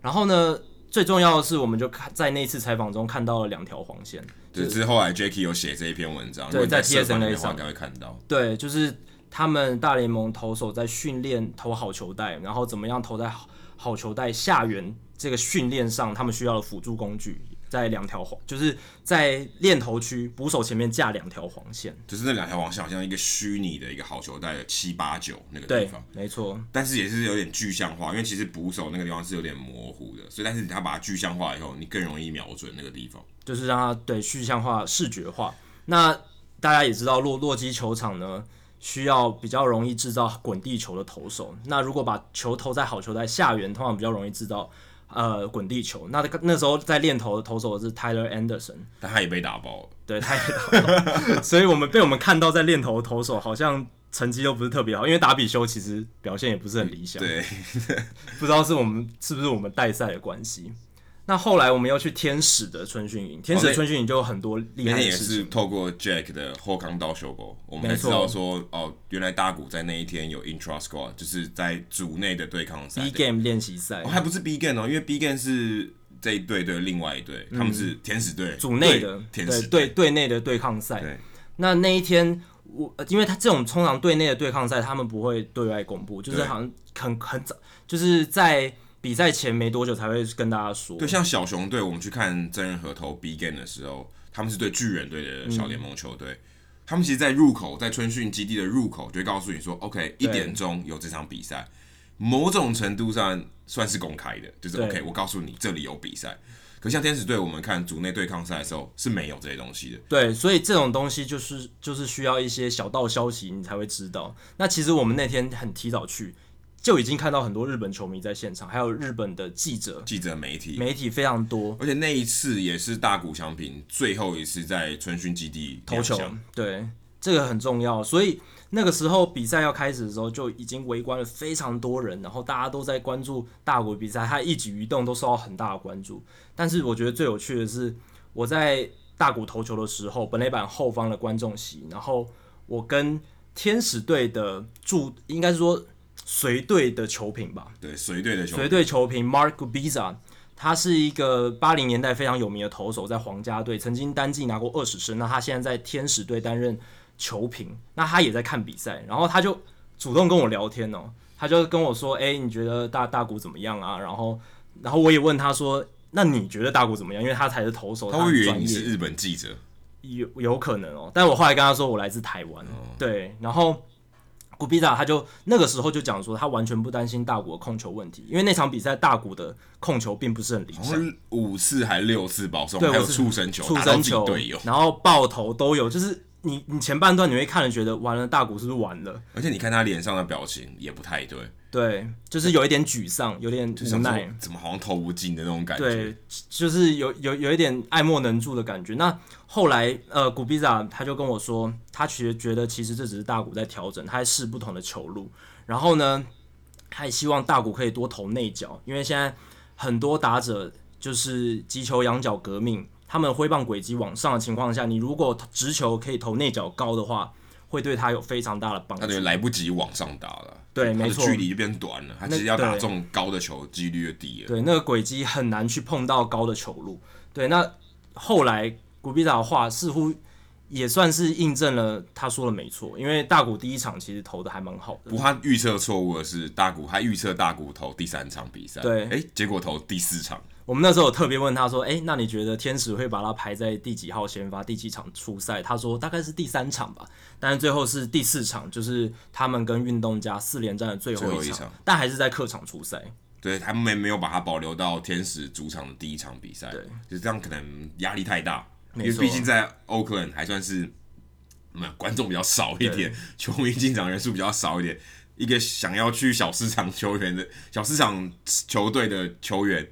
Speaker 1: 然后呢，最重要的是，我们就看在那次采访中看到了两条黄线。
Speaker 2: 对，这是后来 Jackie 有写这一篇文章，
Speaker 1: 对
Speaker 2: 如果你在
Speaker 1: 在 TSNA
Speaker 2: 社团里面的话，
Speaker 1: 上
Speaker 2: 应该会看到。
Speaker 1: 对，就是他们大联盟投手在训练投好球带，然后怎么样投在好好球带下缘这个训练上，他们需要的辅助工具，在两条黄，就是在练投区捕手前面架两条黄线。
Speaker 2: 就是那两条黄线好像一个虚拟的一个好球带的七八九那个地
Speaker 1: 对
Speaker 2: 方，，
Speaker 1: 没错，
Speaker 2: 但是也是有点具象化，因为其实捕手那个地方是有点模糊的，所以但是他把它具象化以后，你更容易瞄准那个地方。
Speaker 1: 就是让它对具象化、视觉化。那大家也知道，洛洛基球场呢。需要比较容易制造滚地球的投手，那如果把球投在好球带下缘，通常比较容易制造呃滚地球。那那时候在练投的投手是 Tyler Anderson，
Speaker 2: 但他也被打爆了，
Speaker 1: 对，他也打到 *laughs* 所以我们被我们看到在练投的投手好像成绩都不是特别好，因为达比修其实表现也不是很理想，
Speaker 2: *laughs* 对，
Speaker 1: 不知道是我们是不是我们带赛的关系。那后来我们又去天使的春训营，天使的春训营就有很多厉害
Speaker 2: 那哦天
Speaker 1: 的
Speaker 2: 也
Speaker 1: 事
Speaker 2: 是
Speaker 1: 情，
Speaker 2: 透过 Jack 的后康刀修狗，我们
Speaker 1: 没
Speaker 2: 才
Speaker 1: 错
Speaker 2: 知道说哦，原来大谷在那一天有 intra squad，就是在组内的对抗赛
Speaker 1: B。game 练习赛
Speaker 2: 哦，，还不是 B game 哦，因为 B game 是这一队对另外一队，他们是天使队
Speaker 1: 嗯组内的
Speaker 2: 对
Speaker 1: 对
Speaker 2: 天使
Speaker 1: 对队内的对抗赛
Speaker 2: 对。
Speaker 1: 那那一天，我呃因为他这种通常队内的对抗赛，他们不会对外公布，就是
Speaker 2: 对
Speaker 1: 好像很很早，就是在比赛前没多久才会跟大家说。
Speaker 2: 对，像小熊队，我们去看真人合投 B game 的时候，他们是对巨人队
Speaker 1: 嗯
Speaker 2: 的小联盟球队。他们其实，在入口，在春训基地的入口，就会告诉你说，OK，一
Speaker 1: 对
Speaker 2: 点钟有这场比赛，某种程度上算是公开的，就是
Speaker 1: 对
Speaker 2: OK，我告诉你这里有比赛。可像天使队，我们看组内对抗赛的时候是没有这些东西的，
Speaker 1: 对，所以这种东西就是就是需要一些小道消息，你才会知道。那其实我们那天很提早去，就已经看到很多日本球迷在现场，还有日本的记者、
Speaker 2: 记者媒体。
Speaker 1: 媒体非常多
Speaker 2: 而且那一次也是大谷翔平最后一次在春训基地
Speaker 1: 投球
Speaker 2: 亮相，
Speaker 1: 对，这个很重要。所以那个时候比赛要开始的时候，就已经围观了非常多人，然后大家都在关注大国比赛，他一举一动都受到很大的关注。但是我觉得最有趣的是，我在大谷投球的时候，本垒板后方的观众席，然后我跟天使队的助，应该是说随队的球评吧，
Speaker 2: 对随队的球
Speaker 1: 随队球评 Mark Biza，他是一个八零年代非常有名的投手，在皇家队曾经单季拿过二十胜，那他现在在天使队担任球评，那他也在看比赛，然后他就主动跟我聊天哦，他就跟我说，哎、你觉得大大谷怎么样啊？然后，然后我也问他说，那你觉得大谷怎么样？因为他才是投手，
Speaker 2: 他
Speaker 1: 很
Speaker 2: 会以为
Speaker 1: 专
Speaker 2: 你
Speaker 1: 业
Speaker 2: 是日本记者，
Speaker 1: 有有可能哦，但我后来跟他说我来自台湾，
Speaker 2: 嗯
Speaker 1: 对，然后古比达他就那个时候就讲说他完全不担心大谷的控球问题，因为那场比赛大谷的控球并不是很理
Speaker 2: 好
Speaker 1: 想，
Speaker 2: 像五次还六次保送，
Speaker 1: 对
Speaker 2: 还有
Speaker 1: 我是
Speaker 2: 触身球
Speaker 1: 触
Speaker 2: 打到
Speaker 1: 身
Speaker 2: 自己
Speaker 1: 球
Speaker 2: 队友，，
Speaker 1: 然后爆头都有，就是你你前半段你会看了觉得完了大谷是不是完了？
Speaker 2: 而且你看他脸上的表情也不太对，
Speaker 1: 对，就是有一点沮丧，有点
Speaker 2: 就
Speaker 1: 无
Speaker 2: 想
Speaker 1: 奈
Speaker 2: 说，怎么好像投不进的那种感觉。
Speaker 1: 对，就是有有有一点爱莫能助的感觉。那后来，呃，古比萨他就跟我说，他其实觉得其实这只是大谷在调整，他在试不同的球路。然后呢，他也希望大谷可以多投内角，因为现在很多打者就是击球仰角革命，他们挥棒轨迹往上的情况下，你如果直球可以投内角高的话，会对他有非常大的帮
Speaker 2: 他
Speaker 1: 助
Speaker 2: 等。于来不及往上打了，
Speaker 1: 对
Speaker 2: 他
Speaker 1: 没
Speaker 2: 的
Speaker 1: 错
Speaker 2: 距离就变短了，他
Speaker 1: 那
Speaker 2: 其实要打
Speaker 1: 对
Speaker 2: 中高的球几率就低了。
Speaker 1: 对，那个轨迹很难去碰到高的球路。对，那后来古比达的话似乎也算是印证了他说的没错，因为大谷第一场其实投的还蛮好的
Speaker 2: 不。过他预测错误的是大谷，他预测大谷投第三场比赛，
Speaker 1: 对
Speaker 2: 哎，结果投第四场，
Speaker 1: 我们那时候有特别问他说：“哎、那你觉得天使会把他排在第几号先发，第几场出赛？”他说大概是第三场吧，但是最后是第四场，就是他们跟运动家四连战的最后
Speaker 2: 最后
Speaker 1: 一
Speaker 2: 一
Speaker 1: 场
Speaker 2: 场，
Speaker 1: 但还是在客场出赛。
Speaker 2: 对他们没有把他保留到天使主场的第一场比赛，
Speaker 1: 对，
Speaker 2: 就这样可能压力太大，因
Speaker 1: 没
Speaker 2: 为
Speaker 1: 错
Speaker 2: 毕竟在 Oakland 还算是，嗯，观众比较少一点，球迷进场人数比较少一点，一个想要去小市场球员的小市场球队的球员，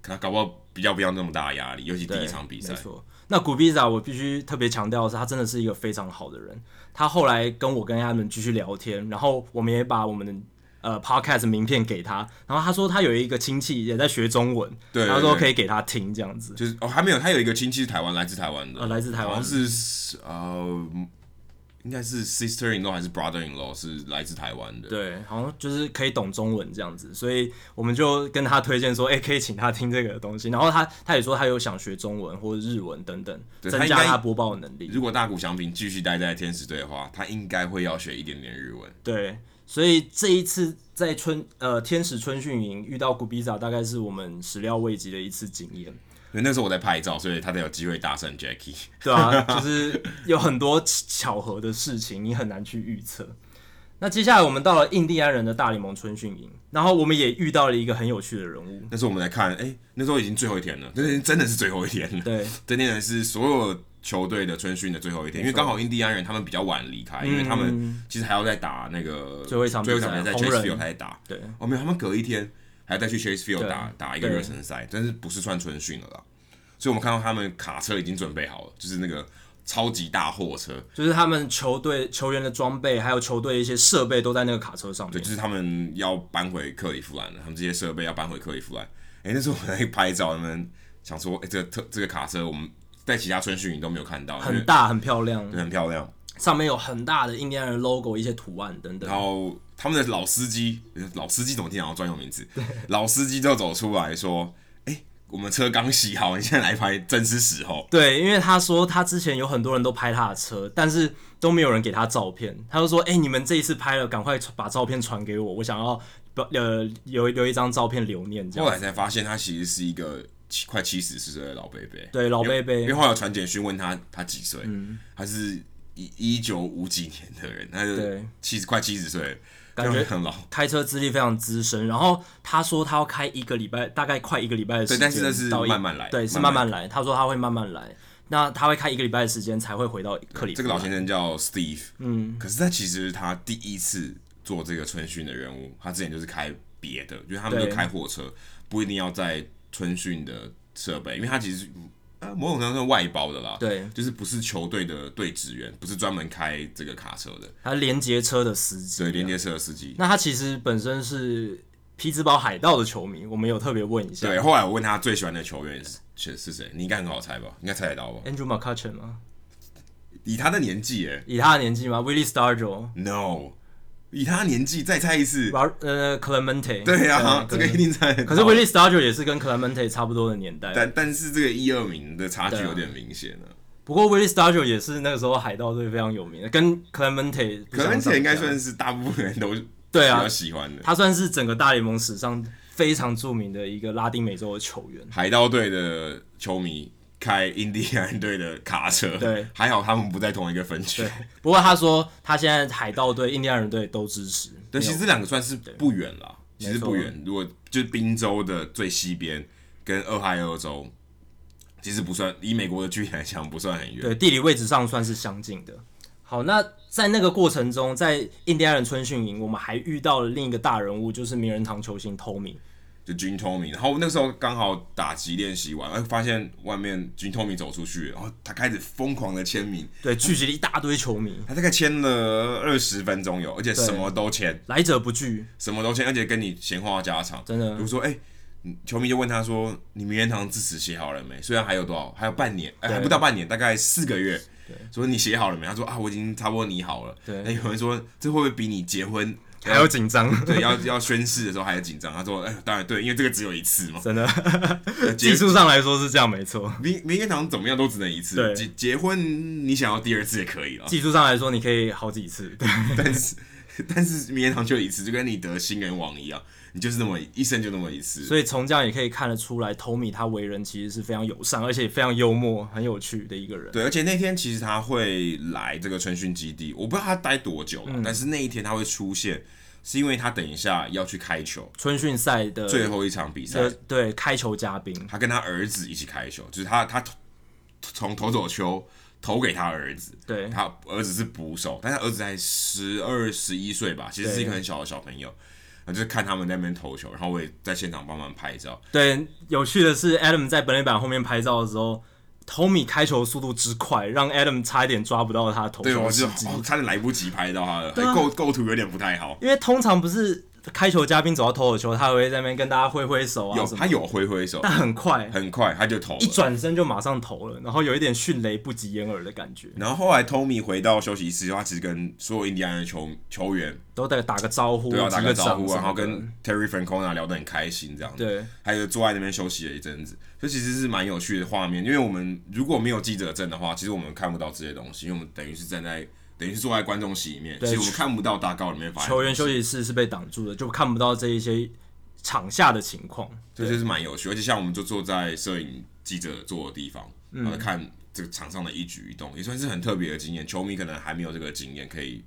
Speaker 2: 可能搞不好比较不要那么大的压力，尤其第
Speaker 1: 对
Speaker 2: 一场比赛
Speaker 1: 没，错。那古比萨，我必须特别强调的是，他真的是一个非常好的人。他后来跟我跟他们继续聊天，然后我们也把我们的呃 podcast 名片给他，然后他说他有一个亲戚也在学中文，
Speaker 2: 对
Speaker 1: 他说
Speaker 2: 对对
Speaker 1: 可以给他听这样子。
Speaker 2: 就是哦，还没有，他有一个亲戚是台湾，来自台湾的，
Speaker 1: 呃来自台湾
Speaker 2: 好像是呃，应该是 sister in law 还是 brother in law 是来自台湾的，
Speaker 1: 对，好像就是可以懂中文这样子，所以我们就跟他推荐说，哎、可以请他听这个东西。然后他他也说他有想学中文或者日文等等，
Speaker 2: 对
Speaker 1: 增
Speaker 2: 他应
Speaker 1: 加
Speaker 2: 该
Speaker 1: 他播报的能力。
Speaker 2: 如果大谷翔平继续待在天使队的话，他应该会要学一点点日文。
Speaker 1: 对，所以这一次在春呃天使春训营遇到古比萨，大概是我们始料未及的一次经验。
Speaker 2: 因为那时候我在拍照，所以他才有机会搭讪 Jackie。
Speaker 1: 对啊，就是 *laughs* 有很多巧合的事情，你很难去预测。那接下来我们到了印第安人的大联盟春训营，然后我们也遇到了一个很有趣的人物。
Speaker 2: 那时候我们在看，哎、那时候已经最后一天了，那真的是最后一天了。
Speaker 1: 对，
Speaker 2: 这天呢是所有球队的春训的最后一天，因为刚好印第安人他们比较晚离开，因为他们其实还要再打那个
Speaker 1: 嗯最后一场比
Speaker 2: 最
Speaker 1: 赛
Speaker 2: 后一场比赛
Speaker 1: 红人
Speaker 2: Chase Field 还在打。
Speaker 1: 对，
Speaker 2: 哦，没有，他们隔一天还要再去 Chase
Speaker 1: 对
Speaker 2: Field 打打一个
Speaker 1: 对
Speaker 2: 热身赛，但是不是算春训了啦。所以我们看到他们卡车已经准备好了，就是那个超级大货车，
Speaker 1: 就是他们球队球员的装备，还有球队的一些设备都在那个卡车上
Speaker 2: 对，
Speaker 1: 面
Speaker 2: 就。是他们要搬回克利夫兰了，他们这些设备要搬回克利夫兰。哎、那时候我们在拍照，他们想说，哎、这个特这个卡车我们在其他春训营都没有看到，因为
Speaker 1: 很大，很漂亮，
Speaker 2: 对很漂亮。
Speaker 1: 上面有很大的印第安人 logo，一些图案等等
Speaker 2: 然。后他们的老司机，呃老司机怎么听到专用名字？老司机就走出来说：“哎、我们车刚洗好，你现在来拍真是时候。
Speaker 1: 对，因为他说他之前有很多人都拍他的车，但是都没有人给他照片。他就说：“哎、你们这一次拍了，赶快传把照片传给我，我想要不呃留留一张照片留念。””这
Speaker 2: 后
Speaker 1: 样
Speaker 2: 来才发现他其实是一个七快七十岁的老伯伯。
Speaker 1: 对老
Speaker 2: 因为
Speaker 1: 贝贝嗯
Speaker 2: 因为后来有传简讯问他他几岁，他是一一九五几年的人，他就
Speaker 1: 对
Speaker 2: 七十快七十岁了，
Speaker 1: 感觉
Speaker 2: 很老。
Speaker 1: 开车资历非常资深，然后他说他要开一个礼拜，大概快一个礼拜的时
Speaker 2: 对，
Speaker 1: 间，
Speaker 2: 但是那是
Speaker 1: 到一
Speaker 2: 慢慢来，
Speaker 1: 对是慢慢来。他说他会慢慢来，那他会开一个礼拜的时间才会回到克里夫兰。
Speaker 2: 这个老先生叫 Steve，嗯，可是他其实他第一次做这个春训的任务，他之前就是开别的，就是他们
Speaker 1: 对
Speaker 2: 就开货车，不一定要在春训的设备，因为他其实呃某种程度上是外包的啦，，
Speaker 1: 对，
Speaker 2: 就是不是球队的队职员，不是专门开这个卡车的，
Speaker 1: 他连接车的司机。啊
Speaker 2: 对，连接车的司机。
Speaker 1: 那他其实本身是匹兹堡海盗的球迷，我们有特别问一下
Speaker 2: 对，后来我问他最喜欢的球员是是是谁，你应该很好猜吧？应该猜得到吧？
Speaker 1: Andrew McCutcheon 吗？
Speaker 2: 以他的年纪，哎
Speaker 1: 以他的年纪吗？Willie Stargell、
Speaker 2: ，no，以他的年纪再猜一次，
Speaker 1: Ra- 呃 Clemente，
Speaker 2: 对啊，这个一定猜得
Speaker 1: 可
Speaker 2: 到。
Speaker 1: 是 Willie Stargell 也是跟 Clemente 差不多的年代，
Speaker 2: 但但是这个一二名的差距
Speaker 1: 对啊
Speaker 2: 有点明显了、
Speaker 1: 不过 Willie Stargell 也是那个时候海盗队非常有名的，跟 Clemente 不
Speaker 2: 可
Speaker 1: 相上
Speaker 2: 能
Speaker 1: 下
Speaker 2: 这应该算是大部分人都
Speaker 1: 啊对啊
Speaker 2: 比较喜欢的。
Speaker 1: 他算是整个大联盟史上非常著名的一个拉丁美洲的球员。
Speaker 2: 海盗队的球迷开印第安队的卡车，
Speaker 1: 对，
Speaker 2: 还好他们不在同一个分区。
Speaker 1: 不过他说他现在海盗队、印第安人队都支持，
Speaker 2: 对，
Speaker 1: 没有
Speaker 2: 其实这两个算是不远啦，其实
Speaker 1: 没错
Speaker 2: 不远。如果就是宾州的最西边跟俄亥俄州，其实不算以美国的距离来讲不算很远。
Speaker 1: 对，地理位置上算是相近的。好，那在那个过程中，在印第安人春训营，我们还遇到了另一个大人物，就是名人堂球星 Tommy。
Speaker 2: 就 Jun Tommy，然后那时候刚好打击练习完，哎，发现外面 Jun Tommy 走出去，然后他开始疯狂的签名，
Speaker 1: 对，聚集了一大堆球迷，
Speaker 2: 他大概签了二十分钟有，而且什么都签，
Speaker 1: 来者不拒。
Speaker 2: 什么都签，而且跟你闲话家常。
Speaker 1: 真的
Speaker 2: 比如说，哎、嗯球迷就问他说：“你名人堂支持写好了没？”虽然还有多少，还有半年，哎、还不到半年，大概四个月。说你写好了没？他说啊，我已经差不多拟好了。
Speaker 1: 对
Speaker 2: 那有人说这会不会比你结婚
Speaker 1: 还要紧张，
Speaker 2: 对要 *laughs* 要宣誓的时候还要紧张？他说，哎、当然对，因为这个只有一次
Speaker 1: *laughs*
Speaker 2: 嘛。
Speaker 1: *laughs* 真的，
Speaker 2: 结
Speaker 1: 技术上来说是这样，没错。
Speaker 2: 名名人堂怎么样都只能一次
Speaker 1: 对，
Speaker 2: 结结婚你想要第二次也可以了，
Speaker 1: 技术上来说，你可以好几次。对，
Speaker 2: 但是 *laughs* 但是名人堂就一次，就跟你得新人王一样，你就是那么一生就那么一次。
Speaker 1: 所以从这样也可以看得出来，Tommy 他为人其实是非常友善，而且非常幽默、很有趣的一个人。
Speaker 2: 对，而且那天其实他会来这个春训基地，我不知道他待多久
Speaker 1: 嗯
Speaker 2: 了，但是那一天他会出现，是因为他等一下要去开球，
Speaker 1: 春训赛的
Speaker 2: 最后一场比赛
Speaker 1: 的，对开球嘉宾，
Speaker 2: 他跟他儿子一起开球，就是他他投从投手球投给他儿子，
Speaker 1: *laughs* 对
Speaker 2: 他儿子是捕手，但他儿子才十二十一岁吧，其实是一个
Speaker 1: 对
Speaker 2: 很小的小朋友。然后就是看他们在那边投球，然后我也在现场帮忙拍照。
Speaker 1: 对，有趣的是，Adam 在本垒板后面拍照的时候，Tommy 开球速度之快，让 Adam 差一点抓不到他的头
Speaker 2: 对，我
Speaker 1: 球
Speaker 2: 就
Speaker 1: 时机。
Speaker 2: 哦，差点来不及拍到他了，
Speaker 1: 对啊
Speaker 2: 构构图有点不太好。
Speaker 1: 因为通常不是开球嘉宾走到投手球，他会在那边跟大家挥挥手啊
Speaker 2: 有
Speaker 1: 什么，啊
Speaker 2: 他有挥挥手，
Speaker 1: 但很快
Speaker 2: 很快他就投了
Speaker 1: 一。转身就马上投了，然后有一点迅雷不及掩耳的感觉，
Speaker 2: 然后后来 Tommy 回到休息室，他其实跟所有印第安人球球员
Speaker 1: 都得打个招呼，
Speaker 2: 都要
Speaker 1: 击
Speaker 2: 啊打个招
Speaker 1: 掌
Speaker 2: 呼，
Speaker 1: 什么
Speaker 2: 然后
Speaker 1: 的
Speaker 2: 跟 Terry Francona 聊得很开心，这样子。
Speaker 1: 对
Speaker 2: 还有坐在那边休息了一阵子，这其实是蛮有趣的画面。因为我们如果没有记者证的话，其实我们看不到这些东西，因为我们等于是站在，等于是坐在观众席里面，其实我们看不到大告里面发生
Speaker 1: 球员
Speaker 2: 什么
Speaker 1: 休
Speaker 2: 事，
Speaker 1: 息室是被挡住的，就看不到这一些场下的情况。
Speaker 2: 对，就是蛮有趣。而且像我们就坐在摄影记者坐的地方，
Speaker 1: 嗯
Speaker 2: 然后看这个场上的一举一动，也算是很特别的经验。球迷可能还没有这个经验，可以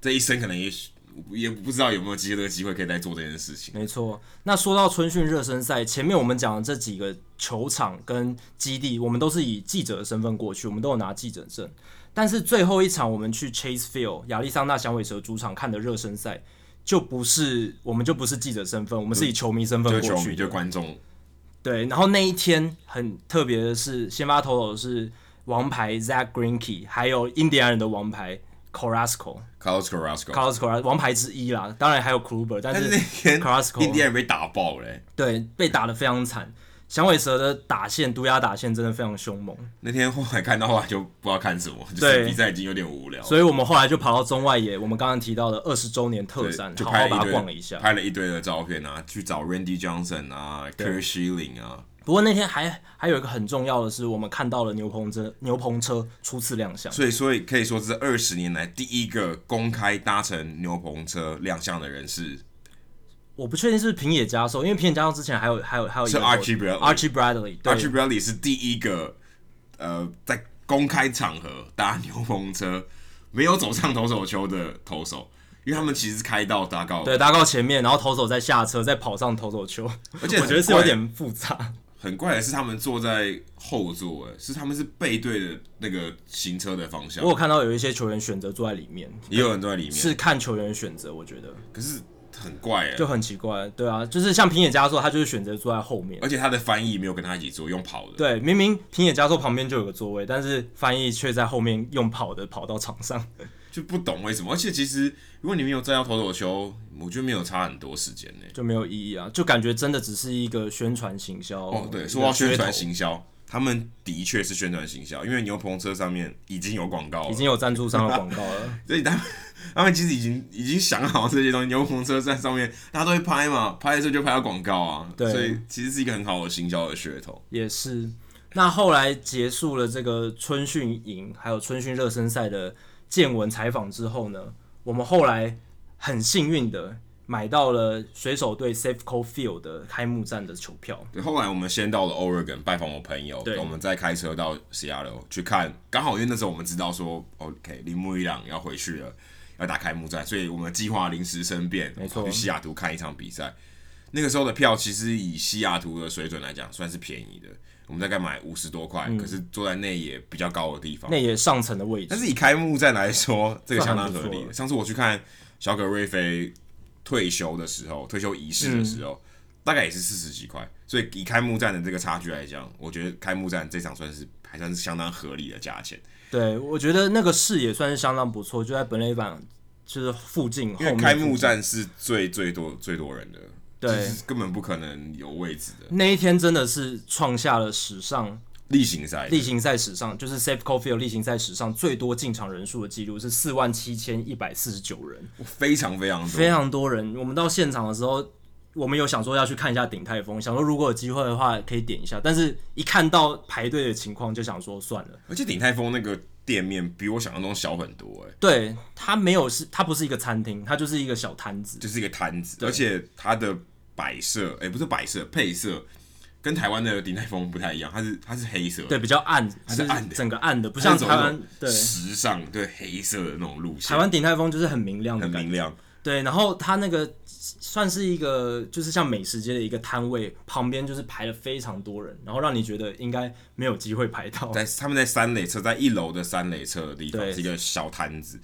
Speaker 2: 这一生可能也许也不知道有没有机会这个机会可以再做这件事情。
Speaker 1: 没错。那说到春训热身赛，前面我们讲的这几个球场跟基地，我们都是以记者的身份过去，我们都有拿记者证。但是最后一场我们去 Chase Field 亚利桑那响尾蛇主场看的热身赛，就不是我们就不是记者身份，我们是以球迷身份
Speaker 2: 就
Speaker 1: 过
Speaker 2: 是球
Speaker 1: 去
Speaker 2: 迷，
Speaker 1: 的
Speaker 2: 就观众，
Speaker 1: 对，然后那一天很特别的是，先发投手是王牌 Zach Greinke，还有印第安人的王牌 Corasco。
Speaker 2: Carlos Carrasco。
Speaker 1: Carlos Corral 王牌之一啦，当然还有 Kluber，但
Speaker 2: 但是
Speaker 1: 是
Speaker 2: 那天
Speaker 1: Carrasco
Speaker 2: 印第安人被打爆了欸、
Speaker 1: 对被打得非常惨。响尾蛇的打线，毒牙打线真的非常凶猛，
Speaker 2: 那天后来看到后来就不知道看什么，就是
Speaker 1: 对
Speaker 2: 比赛已经有点无聊，
Speaker 1: 所以我们后来就跑到中外野，我们刚刚提到的二十周年特
Speaker 2: 对
Speaker 1: 展，
Speaker 2: 就
Speaker 1: 好好
Speaker 2: 拍了
Speaker 1: 把
Speaker 2: 一
Speaker 1: 它
Speaker 2: 堆
Speaker 1: 逛了一下。
Speaker 2: 拍了一堆的照片啊，去找 Randy Johnson 啊，Kerr Schilling 啊，
Speaker 1: 不过那天还还有一个很重要的是，我们看到了牛棚车牛棚车初次亮相。
Speaker 2: 所以所以可以说这二十年来第一个公开搭乘牛棚车亮相的人是
Speaker 1: 我不确定是不是平野加寿，因为平野加寿之前还有还有还有一个
Speaker 2: 是 Archie Bradley
Speaker 1: Archie Bradley，对
Speaker 2: Archie Bradley，是第一个呃在公开场合搭牛棚车没有走上投手丘的投手，因为他们其实开到达高，
Speaker 1: 对，搭到前面，然后投手再下车，再跑上投手球，
Speaker 2: 而且
Speaker 1: 我觉得是有
Speaker 2: 很怪
Speaker 1: 点复杂。
Speaker 2: 很怪的是，他们坐在后座，哎，是他们是背对着那个行车的方向
Speaker 1: 我，有看到有一些球员选择坐在里面，
Speaker 2: 也有人坐在里面，
Speaker 1: 是看球员选择，我觉得
Speaker 2: 可是很怪哎
Speaker 1: 就，很奇怪。对啊，就是像平野加寿，他就是选择坐在后面。
Speaker 2: 而且他的翻译没有跟他一起坐，用跑的，
Speaker 1: 对，明明平野加寿旁边就有个座位，但是翻译却在后面用跑的跑到场上。
Speaker 2: 就不懂为什么。而且其实如果你没有站到投手球，我觉得没有差很多时间呢。
Speaker 1: 就没有意义啊，就感觉真的只是一个宣传行销。
Speaker 2: 哦，对，说到宣传，行销，他们的确是宣传行销，因为牛棚车上面已经有广告
Speaker 1: 已
Speaker 2: 了，
Speaker 1: 经有赞助商的广告
Speaker 2: *laughs*
Speaker 1: 了。
Speaker 2: 所以他们他们其实已经已经想好这些东西，牛棚车在上面大家都会拍嘛，拍的时候就拍到广告啊，
Speaker 1: 对
Speaker 2: 所以其实是一个很好的行销的噱头。
Speaker 1: 也是。那后来结束了这个春训营，还有春训热身赛的见闻采访之后呢，我们后来很幸运的买到了水手队 Safeco Field 的开幕战的球票。
Speaker 2: 对，后来我们先到了 Oregon 拜访我朋友，
Speaker 1: 对
Speaker 2: 我们再开车到 Seattle 去看。刚好因为那时候我们知道说，OK，铃木一朗要回去了，要打开幕战，所以我们计划临时生变，
Speaker 1: 没错
Speaker 2: 去西雅图看一场比赛。那个时候的票其实以西雅图的水准来讲，算是便宜的。我们大概买五十多块，
Speaker 1: 嗯
Speaker 2: 可是坐在内野比较高的地方
Speaker 1: 那。也上层的位置
Speaker 2: 但，是以开幕战来说，这个相当合
Speaker 1: 算很
Speaker 2: 理
Speaker 1: 不错
Speaker 2: 的。上次我去看小葛瑞菲退休的时候，退休仪式的时
Speaker 1: 嗯
Speaker 2: 候，大概也是四十几块，所以以开幕战的这个差距来讲，我觉得开幕战这场算是还算是相当合理的价钱，
Speaker 1: 对我觉得那个视野算是相当不错，就在本垒板就是附近后
Speaker 2: 因为
Speaker 1: 面。
Speaker 2: 开幕战是最最多最多人的，
Speaker 1: 对
Speaker 2: 就是根本不可能有位置的。
Speaker 1: 那一天真的是创下了史上
Speaker 2: 例行赛
Speaker 1: 例行赛史上，就是 Safeco Field 例行赛史上最多进场人数的记录是四万七千一百四十九人，
Speaker 2: 非常非常多，
Speaker 1: 非常多人。我们到现场的时候，我们有想说要去看一下鼎泰丰，想说如果有机会的话可以点一下，但是一看到排队的情况就想说算了。
Speaker 2: 而且鼎泰丰那个店面比我想象中小很多、哎，
Speaker 1: 对，它没有是它不是一个餐厅，它就是一个小摊子。
Speaker 2: 就是一个摊子，而且它的摆设，哎、不是摆设，配色跟台湾的鼎泰丰不太一样，它是它是黑色的，
Speaker 1: 对，比较暗，
Speaker 2: 是暗的
Speaker 1: 整个暗的，不
Speaker 2: 它
Speaker 1: 像
Speaker 2: 是走
Speaker 1: 台
Speaker 2: 那
Speaker 1: 湾
Speaker 2: 种
Speaker 1: 对
Speaker 2: 时尚对黑色的那种路线，
Speaker 1: 台湾鼎泰丰就是很明亮的
Speaker 2: 很
Speaker 1: 感觉
Speaker 2: 明。亮，
Speaker 1: 对，然后它那个算是一个就是像美食街的一个摊位，旁边就是排了非常多人，然后让你觉得应该没有机会排到。
Speaker 2: 在他们在三垒车，在一楼的三垒车的地方
Speaker 1: 对
Speaker 2: 是一个小摊子。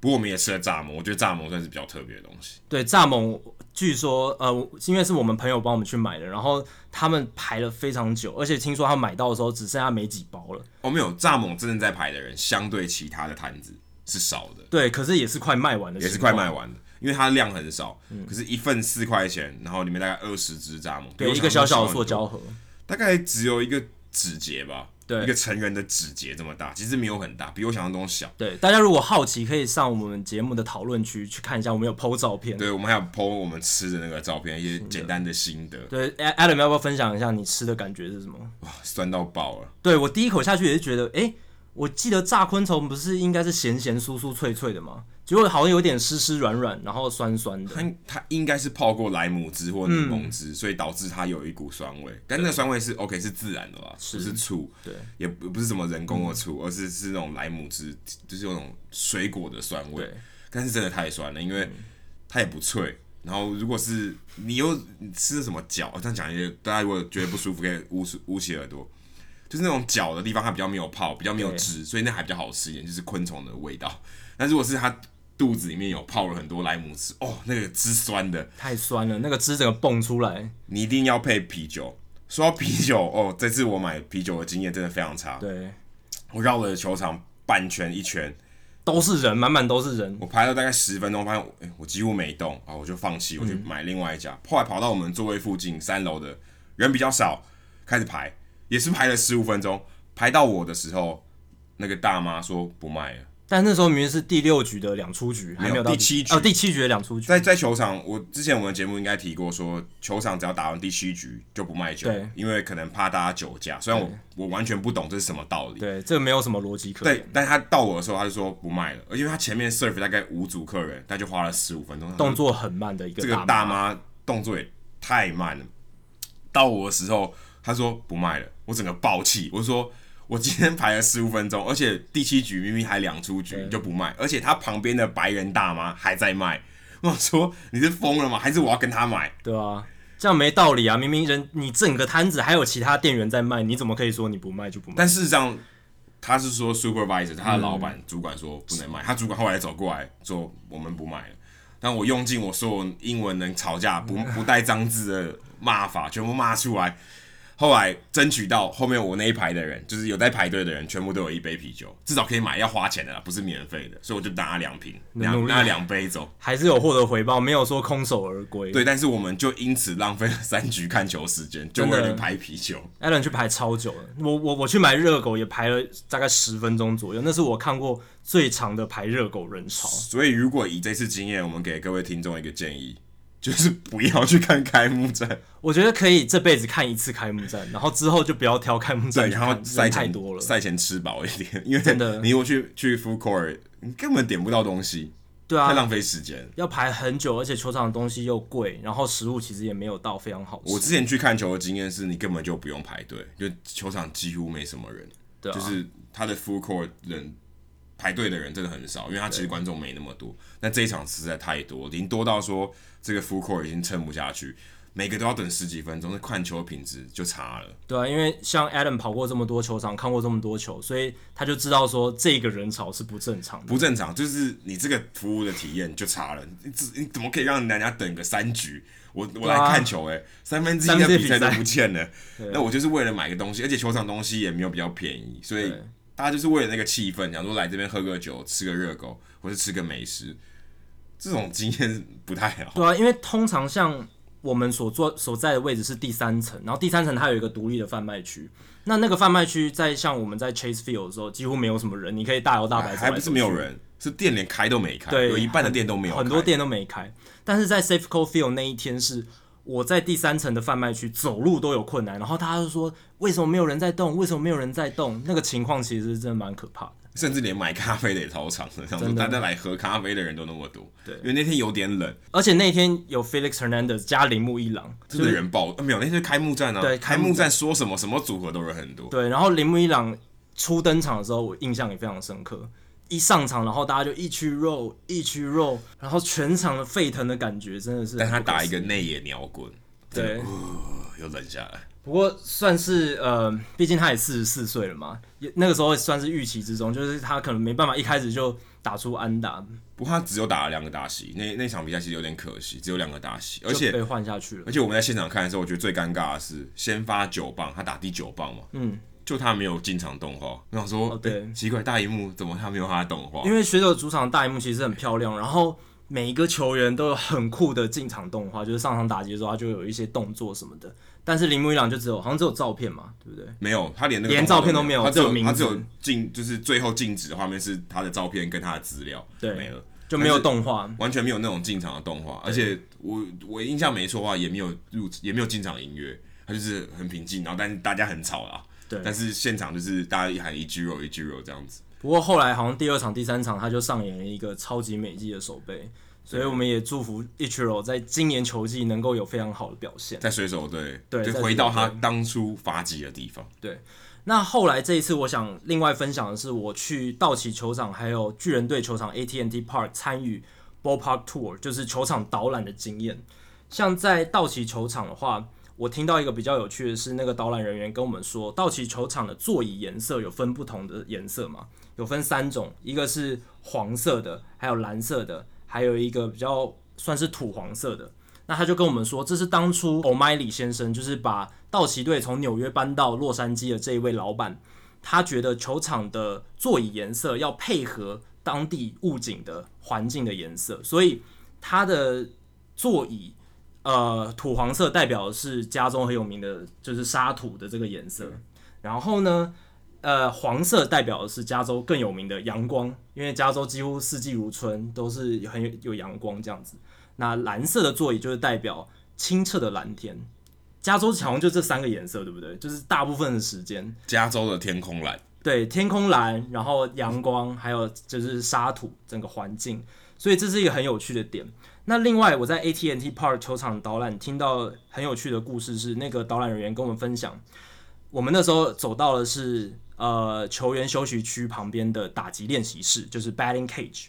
Speaker 2: 不过我们也吃了蚱蜢，我觉得蚱蜢算是比较特别的东西。
Speaker 1: 对，蚱蜢据说呃，因为是我们朋友帮我们去买的，然后他们排了非常久，而且听说他买到的时候只剩下没几包了。
Speaker 2: 哦，没有，蚱蜢真正在排的人，相对其他的摊子是少的，
Speaker 1: 对，可是也是快卖完的，
Speaker 2: 也是快。卖完的，因为它量很少。可是，一份四块钱，然后里面大概二十只蚱蜢，
Speaker 1: 嗯
Speaker 2: 比
Speaker 1: 对，
Speaker 2: 我
Speaker 1: 一
Speaker 2: 想
Speaker 1: 个小
Speaker 2: 象中
Speaker 1: 小
Speaker 2: 很
Speaker 1: 的塑
Speaker 2: 多
Speaker 1: 胶盒。
Speaker 2: 大概只有一个指节吧，
Speaker 1: 对
Speaker 2: 一个成人的指节这么大，其实没有很大，比我想象中小。
Speaker 1: 对，大家如果好奇，可以上我们节目的讨论区去看一下，我们有 PO 照片。
Speaker 2: 对，我们还有 PO 我们吃的那个照片，一些简单的心得，
Speaker 1: 对，A-，Adam 要不要分享一下你吃的感觉是什么？
Speaker 2: 哇，酸到爆了。
Speaker 1: 对我第一口下去也是觉得，诶，我记得炸昆虫不是应该是咸咸酥酥脆脆的吗？结果好像有点湿湿软软，然后酸酸的。
Speaker 2: 它它应该是泡过莱姆汁或柠檬
Speaker 1: 嗯
Speaker 2: 汁，所以导致它有一股酸味。但那个酸味是 OK 是自然的吧，不是醋，
Speaker 1: 对，嗯
Speaker 2: 也不不是什么人工的醋，而是是那种莱姆汁，就是有那种水果的酸味
Speaker 1: 对。嗯
Speaker 2: 但是真的太酸了，因为它也不脆。然后如果是你又你吃的什么脚，这样讲也大家如果觉得不舒服，可以捂住捂起耳朵。就是那种脚的地方，它比较没有泡，比较没有
Speaker 1: 对
Speaker 2: 汁，所以那还比较好吃一点，就是昆虫的味道。那如果是它肚子里面有泡了很多莱姆汁，哦，那个汁酸的，
Speaker 1: 太酸了，那个汁整个蹦出来。
Speaker 2: 你一定要配啤酒。说到啤酒，哦，这次我买啤酒的经验真的非常差。
Speaker 1: 对，
Speaker 2: 我绕了球场半圈一圈，
Speaker 1: 都是人，满满都是人。
Speaker 2: 我排了大概十分钟，发现我、哎我几乎没动啊，我就放弃，我去买另外一家。后来跑到我们座位附近三楼的人比较少，开始排，也是排了十五分钟，排到我的时候，那个大妈说不卖了。
Speaker 1: 但那时候明明是第六局的两出局，还
Speaker 2: 没有
Speaker 1: 有到
Speaker 2: 第七局
Speaker 1: 哦，第七局的两出局。
Speaker 2: 在在球场，我之前我们节目应该提过说球场只要打完第七局就不卖酒
Speaker 1: 对，
Speaker 2: 因为可能怕大家酒驾。虽然我我完全不懂这是什么道理，
Speaker 1: 对，这个没有什么逻辑可
Speaker 2: 对
Speaker 1: 言。，
Speaker 2: 但他到我的时候他就说不卖了，而且他前面 serve 大概五组客人，他就花了十五分钟，
Speaker 1: 动作很慢的一个
Speaker 2: 这个
Speaker 1: 大
Speaker 2: 大妈动作也太慢了。到我的时候，她说不卖了，我整个爆气，我说我今天排了十五分钟，而且第七局明明还两出局你就不卖，而且她旁边的白人大妈还在卖。我说你是疯了吗？还是我要跟她买？
Speaker 1: 对啊，这样没道理啊！明明人你整个摊子还有其他店员在卖，你怎么可以说你不卖就不卖？
Speaker 2: 但事实上，他是说 supervisor，他的
Speaker 1: 嗯
Speaker 2: 老板、主管说不能卖，他主管后来走过来说我们不卖了。但我用尽我所有英文能吵架
Speaker 1: 嗯
Speaker 2: 不不带脏字的骂法，全部骂出来。后来争取到后面我那一排的人，就是有在排队的人，全部都有一杯啤酒，至少可以买要花钱的啦，不是免费的，所以我就拿了两瓶，
Speaker 1: 努
Speaker 2: 两
Speaker 1: 力
Speaker 2: 拿了两杯走。
Speaker 1: 还是有获得回报，没有说空手而归。
Speaker 2: 对，但是我们就因此浪费了三局看球时间，就
Speaker 1: 真的
Speaker 2: 为了排啤酒。
Speaker 1: Allen 去排超久了，我我我去买热狗也排了大概十分钟左右，那是我看过最长的排热狗人潮。
Speaker 2: 所以，如果以这次经验，我们给各位听众一个建议， *laughs* 就是不要去看开幕
Speaker 1: *laughs*
Speaker 2: 战，
Speaker 1: 我觉得可以这辈子看一次开幕战，然后之后就不要挑开幕
Speaker 2: 对，
Speaker 1: 战去
Speaker 2: 然
Speaker 1: 看，
Speaker 2: 后赛
Speaker 1: 人太
Speaker 2: 前
Speaker 1: 多了。
Speaker 2: 赛前吃饱一点，因为
Speaker 1: 真的
Speaker 2: 你如果去去 food court，你根本点不到东西，
Speaker 1: 对
Speaker 2: 太
Speaker 1: 啊，
Speaker 2: 浪费时间。
Speaker 1: 要排很久，而且球场的东西又贵，然后食物其实也没有到非常好
Speaker 2: 我
Speaker 1: 吃。
Speaker 2: 之前去看球的经验是，你根本就不用排队，就球场几乎没什么人，
Speaker 1: 对啊，
Speaker 2: 就是他的 food court 人排队的人真的很少，因为他其实观众没那么多。但这一场实在太多，已经多到说这个 food court 已经撑不下去，每个都要等十几分钟，那看球品质就差了。
Speaker 1: 对啊，因为像 Adam 跑过这么多球场，看过这么多球，所以他就知道说这个人潮是不正常的。
Speaker 2: 不正常，就是你这个服务的体验就差了。你只你怎么可以让人家等个三局？我我来
Speaker 1: 啊
Speaker 2: 看球、欸，三分之
Speaker 1: 三
Speaker 2: 一
Speaker 1: 分
Speaker 2: 的
Speaker 1: 之一
Speaker 2: 比赛
Speaker 1: 比赛
Speaker 2: 都不见了。那我就是为了买个东西，而且球场东西也没有比较便宜，所以
Speaker 1: 对
Speaker 2: 大家就是为了那个气氛，想说来这边喝个酒、吃个热狗，或是吃个美食，这种经验不太好。
Speaker 1: 对啊，因为通常像我们所坐所在的位置是第三层，然后第三层它有一个独立的贩卖区。那那个贩卖区在像我们在 Chase Field 的时候，几乎没有什么人，你可以大摇大摆走来走去。
Speaker 2: 哎还不是没有人，是店连开都没开，
Speaker 1: 对
Speaker 2: 有一半的店都没有
Speaker 1: 很
Speaker 2: 开
Speaker 1: 多店都没开。但是在 Safeco Field 那一天是，我在第三层的贩卖区走路都有困难，然后大家就说为什么没有人在动？为什么没有人在动？那个情况其实是真的蛮可怕的。
Speaker 2: 甚至连买咖啡的也超长的，想说
Speaker 1: 真的
Speaker 2: 大家来喝咖啡的人都那么多。
Speaker 1: 对
Speaker 2: 因为那天有点冷，
Speaker 1: 而且那天有 Felix Hernandez 加铃木一郎，
Speaker 2: 真的人爆，啊没有那天是开幕战啊，
Speaker 1: 对
Speaker 2: 开
Speaker 1: 开幕
Speaker 2: 幕
Speaker 1: 战
Speaker 2: 战说什么什么组合都人很多，
Speaker 1: 对，然后铃木一朗初登场的时候，我印象也非常深刻。一上场，然后大家就一区肉一区肉，然后全场的沸腾的感觉真的是。
Speaker 2: 但他打一个内野鸟滚，
Speaker 1: 对，
Speaker 2: 呃又冷下来。
Speaker 1: 不过算是呃，毕竟他也四十四岁了嘛，也那个时候算是预期之中，就是他可能没办法一开始就打出安打，
Speaker 2: 不过他只有打了两个大戏，那那场比赛其实有点可惜，只有两个大戏，而
Speaker 1: 就
Speaker 2: 且
Speaker 1: 被换下去了
Speaker 2: 而。且我们在现场看的时候，我觉得最尴尬的是先发九棒，他打第九棒嘛，
Speaker 1: 嗯，
Speaker 2: 就他没有进场动画，我想说，
Speaker 1: 哦对
Speaker 2: 诶奇怪，大荧幕怎么他没有他的动画？
Speaker 1: 因为水手主场大荧幕其实很漂亮，然后每一个球员都有很酷的进场动画，就是上场打击的时候他就有一些动作什么的。但是铃木一朗就只有好像只有照片嘛，对不对？
Speaker 2: 没有，他连那个
Speaker 1: 连
Speaker 2: 动画
Speaker 1: 照片都没有
Speaker 2: 他只
Speaker 1: 只有
Speaker 2: 有
Speaker 1: 名
Speaker 2: 他只有
Speaker 1: 字
Speaker 2: 禁，就是最后禁止的画面是他的照片跟他的资料，
Speaker 1: 对
Speaker 2: 没了，
Speaker 1: 就没有动画。
Speaker 2: 完全没有那种进场的动画，而且我我印象没错的话，也没有入也没有进场音乐，他就是很平静，然后但是大家很吵啦，
Speaker 1: 对
Speaker 2: 但是现场就是大家一喊一句肉一句肉这样子，
Speaker 1: 不过后来好像第二场、第三场他就上演了一个超级美记的守备，所以我们也祝福 Ichiro 在今年球季能够有非常好的表现。
Speaker 2: 在水手队
Speaker 1: 对
Speaker 2: 就
Speaker 1: 在
Speaker 2: 回
Speaker 1: 水
Speaker 2: 到
Speaker 1: 手
Speaker 2: 他当初发迹的地方，
Speaker 1: 对，那后来这一次，我想另外分享的是，我去道奇球场还有巨人队球场 AT&T Park 参与 Ballpark Tour，就是球场导览的经验。像在道奇球场的话，我听到一个比较有趣的是，那个导览人员跟我们说，道奇球场的座椅颜色有分不同的颜色嘛，有分三种，一个是黄色的，还有蓝色的，还有一个比较算是土黄色的。那他就跟我们说，这是当初 O'Malley 先生，就是把道奇队从纽约搬到洛杉矶的这一位老板，他觉得球场的座椅颜色要配合当地物景的环境的颜色，所以他的座椅呃土黄色代表的是加州很有名的就是沙土的这个颜色，然后呢呃黄色代表的是加州更有名的阳光，因为加州几乎四季如春，都是很有有阳光这样子。那蓝色的座椅就是代表清澈的蓝天。加州好像就这三个颜色，对不对？就是大部分的时间，
Speaker 2: 加州的天空蓝，
Speaker 1: 对，天空蓝，然后阳光，还有就是沙土整个环境，所以这是一个很有趣的点。那另外，我在 AT&T Park 球场导览听到很有趣的故事是，那个导览人员跟我们分享，我们那时候走到的是呃球员休息区旁边的打击练习室，就是 batting cage。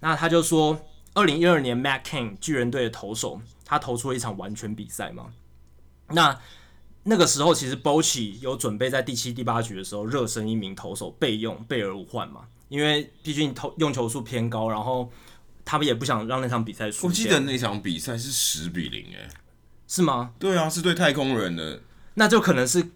Speaker 1: 那他就说，二零一二年 Matt King 巨人队的投手，他投出了一场完全比赛嘛。那那个时候其实 b o c h i 有准备在第七、第八局的时候热身一名投手备用，备而无患嘛，因为毕竟投用球数偏高，然后他们也不想让那场比赛输。
Speaker 2: 我记得那场比赛是十比零，哎，
Speaker 1: 是吗？
Speaker 2: 对啊，是对太空人的，
Speaker 1: 那就可能是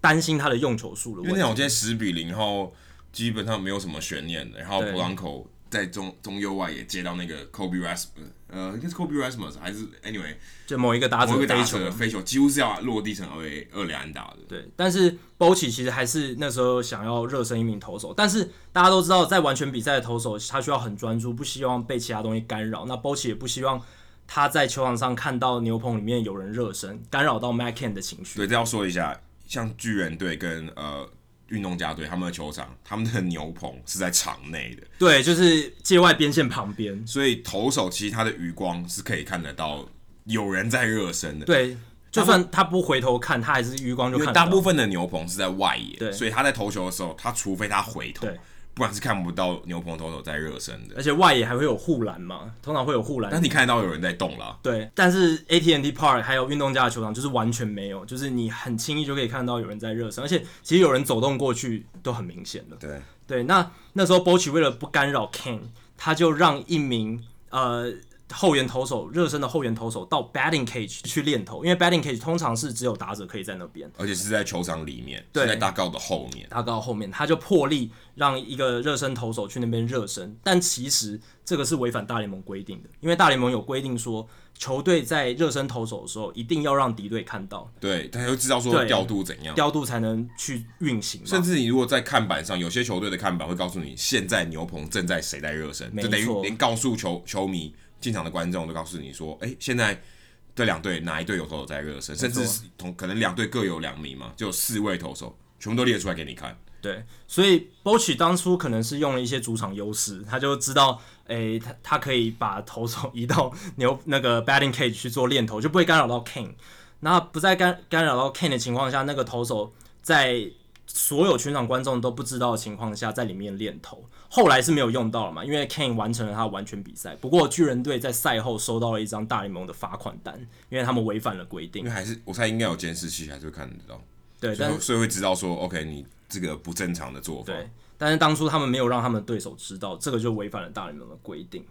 Speaker 1: 担心他的用球数了
Speaker 2: 因
Speaker 1: 问
Speaker 2: 为那
Speaker 1: 题。
Speaker 2: 场我记得十比零，然后基本上没有什么悬念的，然后
Speaker 1: 对
Speaker 2: 普朗口在中中右外也接到那个 Kobe Rasmus，呃，应该是 Kobe Rasmus 还是 anyway
Speaker 1: 就某一个打者
Speaker 2: 某一个
Speaker 1: 飞
Speaker 2: 打
Speaker 1: 球
Speaker 2: 者，飞球几乎是要落地成二垒二垒安打的，
Speaker 1: 对，但是 b o c h 其实还是那时候想要热身一名投手，但是大家都知道，在完全比赛的投手，他需要很专注，不希望被其他东西干扰。那 b o c h 也不希望他在球场上看到牛棚里面有人热身，干扰到 Mac Ken 的情绪。
Speaker 2: 对，这要说一下，像巨人队跟呃运动家队他们的球场，他们的牛棚是在场内的，
Speaker 1: 对，就是界外边线旁边。
Speaker 2: 所以投手其实他的余光是可以看得到有人在热身的。
Speaker 1: 对，就算他不回头看，他还是余光就
Speaker 2: 因为
Speaker 1: 看
Speaker 2: 大
Speaker 1: 到。
Speaker 2: 部分的牛棚是在外野，
Speaker 1: 对
Speaker 2: 所以他在投球的时候，他除非他回头
Speaker 1: 对，
Speaker 2: 不然是看不到牛棚投手在热身的。
Speaker 1: 而且外野还会有护栏嘛，通常会有护栏
Speaker 2: 但你看得到有人在动啦，
Speaker 1: 对，但是 AT&T Park 还有运动家的球场就是完全没有，就是你很轻易就可以看到有人在热身，而且其实有人走动过去都很明显的。
Speaker 2: 对，
Speaker 1: 对，那那时候 b o c h 为了不干扰 Kane，他就让一名呃后援投手热身的后援投手到 batting cage 去练投，因为 batting cage 通常是只有打者可以在那边。
Speaker 2: 而且是在球场里面，
Speaker 1: 对
Speaker 2: 是在大告的后面。
Speaker 1: 他到后面，他就破例让一个热身投手去那边热身，但其实这个是违反大联盟规定的，因为大联盟有规定说，球队在热身投手的时候一定要让敌队看到，
Speaker 2: 对，他就知道说
Speaker 1: 对
Speaker 2: 调度怎样。
Speaker 1: 调度才能去运行嘛。
Speaker 2: 甚至你如果在看板上，有些球队的看板会告诉你现在牛棚正在谁在热身，
Speaker 1: 没
Speaker 2: 就等于
Speaker 1: 错
Speaker 2: 连告诉球球迷进场的观众都告诉你说，哎、现在这两队哪一队有投手在热身，甚至是同可能两队各有两名嘛，就有四位投手，全部都列出来给你看。
Speaker 1: 对，所以 Boch 当初可能是用了一些主场优势，他就知道，诶、他他可以把投手移到牛 *laughs* 那个 batting cage 去做练投，就不会干扰到 Kane。那不在干干扰到 Kane 的情况下，那个投手在所有全场观众都不知道的情况下，在里面练投，后来是没有用到了嘛，因为 Kane 完成了他的完全比赛。不过巨人队在赛后收到了一张大联盟的罚款单，因为他们违反了规
Speaker 2: 因
Speaker 1: 定。
Speaker 2: 为还是我猜应该有监视器，还是会看得到，
Speaker 1: 对，
Speaker 2: 所
Speaker 1: 但
Speaker 2: 以会所以会知道说，OK，你这个不正常的做法。
Speaker 1: 对，但是当初他们没有让他们对手知道，这个就违反了大联盟的规定。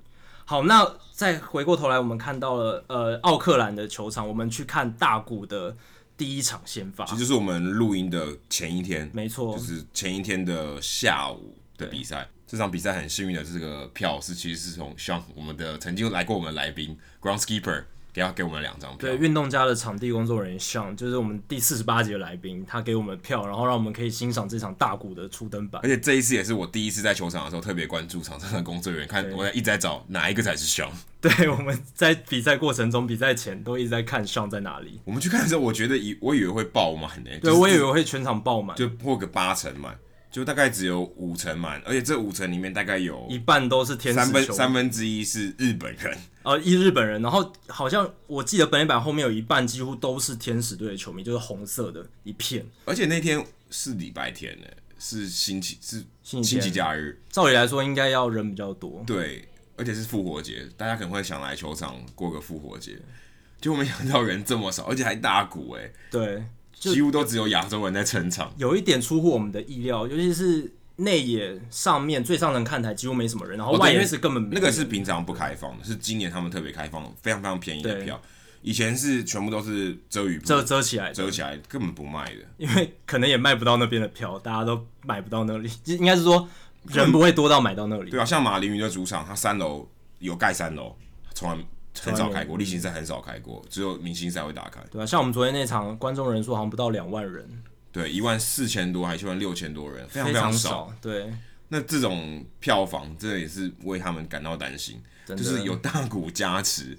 Speaker 1: 好，那再回过头来，我们看到了呃奥克兰的球场，我们去看大谷的第一场先发
Speaker 2: 其，实就是我们录音的前一天，
Speaker 1: 没错
Speaker 2: 就，是前一天的下午的比赛。这场比赛很幸运的，这个票是其实是从像我们的曾经来过我们的来宾 Groundskeeper 给他给我们两张票
Speaker 1: 对，运动家的场地工作人员上，就是我们第四十八集的来宾，他给我们票，然后让我们可以欣赏这场大谷的初登板
Speaker 2: 而。且这一次也是我第一次在球场的时候特别关注场上的工作人员，看我一直在找哪一个才是 Sean。
Speaker 1: 对，我们在比赛过程中、比赛前都一直在看上在哪里。
Speaker 2: 我们去看的时候，我觉得以我以为会爆满呢、
Speaker 1: 对，
Speaker 2: 就是
Speaker 1: 我以为会全场爆满，
Speaker 2: 就破个八成满，就大概只有五成满，而且这五成里面大概有
Speaker 1: 一半都是天使
Speaker 2: 三分
Speaker 1: 球迷
Speaker 2: 三分之一是日本人，
Speaker 1: 呃，一日本人，然后好像我记得本垒板后面有一半几乎都是天使队的球迷，就是红色的一片。
Speaker 2: 而且那天是礼拜天呢、欸是星期是
Speaker 1: 星
Speaker 2: 星
Speaker 1: 期天
Speaker 2: 期假日，
Speaker 1: 照理来说，应该要人比较多。
Speaker 2: 对，而且是复活节，大家可能会想来球场过个复活节，结果没想到人这么少，而且还大鼓哎、
Speaker 1: 对，就
Speaker 2: 几乎都只有亚洲人在撑场。
Speaker 1: 有一点出乎我们的意料，尤其是内野上面最上层看台几乎没什么人，然后
Speaker 2: 哦对
Speaker 1: 外
Speaker 2: 因
Speaker 1: 野
Speaker 2: 为
Speaker 1: 是根本没
Speaker 2: 那个是平常不开放的，是今年他们特别开放，非常非常便宜的
Speaker 1: 对
Speaker 2: 票。以前是全部都是遮雨布
Speaker 1: 遮遮起来的，
Speaker 2: 遮起来，根本不卖的。
Speaker 1: 因为可能也卖不到那边的票，大家都买不到那里， *laughs* 应该是说人不会多到买到那里
Speaker 2: 对。啊，像马林鱼的主场，它三楼有盖三楼，从来很少开
Speaker 1: 从来没有
Speaker 2: 过，例行赛很少开过，只有明星赛会打开。
Speaker 1: 对啊，像我们昨天那场观众人数好像不到两万人，
Speaker 2: 对，一万四千多，还一万六千多人，非
Speaker 1: 非
Speaker 2: 常常少。
Speaker 1: 少。对，
Speaker 2: 那这种票房，真的也是为他们感到担心，
Speaker 1: 真
Speaker 2: 就
Speaker 1: 的
Speaker 2: 是有大股加持，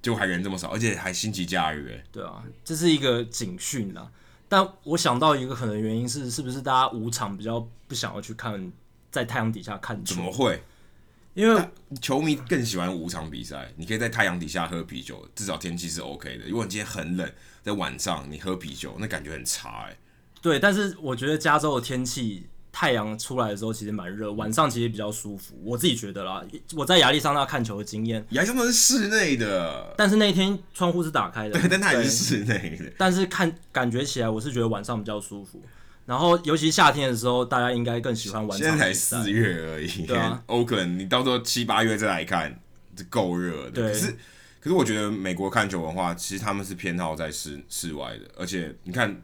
Speaker 2: 就还人这么少，而且还星期假日、欸，
Speaker 1: 对啊，这是一个警讯啦。但我想到一个可能原因是，是不是大家五场比较不想要去看在太阳底下看
Speaker 2: 怎
Speaker 1: 球？
Speaker 2: 么会？
Speaker 1: 因为
Speaker 2: 球迷更喜欢五场比赛，你可以在太阳底下喝啤酒，至少天气是 OK 的。如果你今天很冷，在晚上你喝啤酒，那感觉很差哎、
Speaker 1: 对，但是我觉得加州的天气，太阳出来的时候其实蛮热，晚上其实比较舒服，我自己觉得啦。我在亚利桑那看球的经验，
Speaker 2: 亚洲都是室内的，
Speaker 1: 但是那一天窗户是打开的，
Speaker 2: 对， *laughs* 但它也是室内的。
Speaker 1: 但是看感觉起来，我是觉得晚上比较舒服。然后尤其夏天的时候，大家应该更喜欢晚
Speaker 2: 现在
Speaker 1: 场
Speaker 2: 才
Speaker 1: 比赛。
Speaker 2: 四月而已，
Speaker 1: 对啊
Speaker 2: 欧克兰你到时候七八月再来看，这够热的。
Speaker 1: 对
Speaker 2: 可是可是我觉得美国看球文化，其实他们是偏好在室室外的，而且你看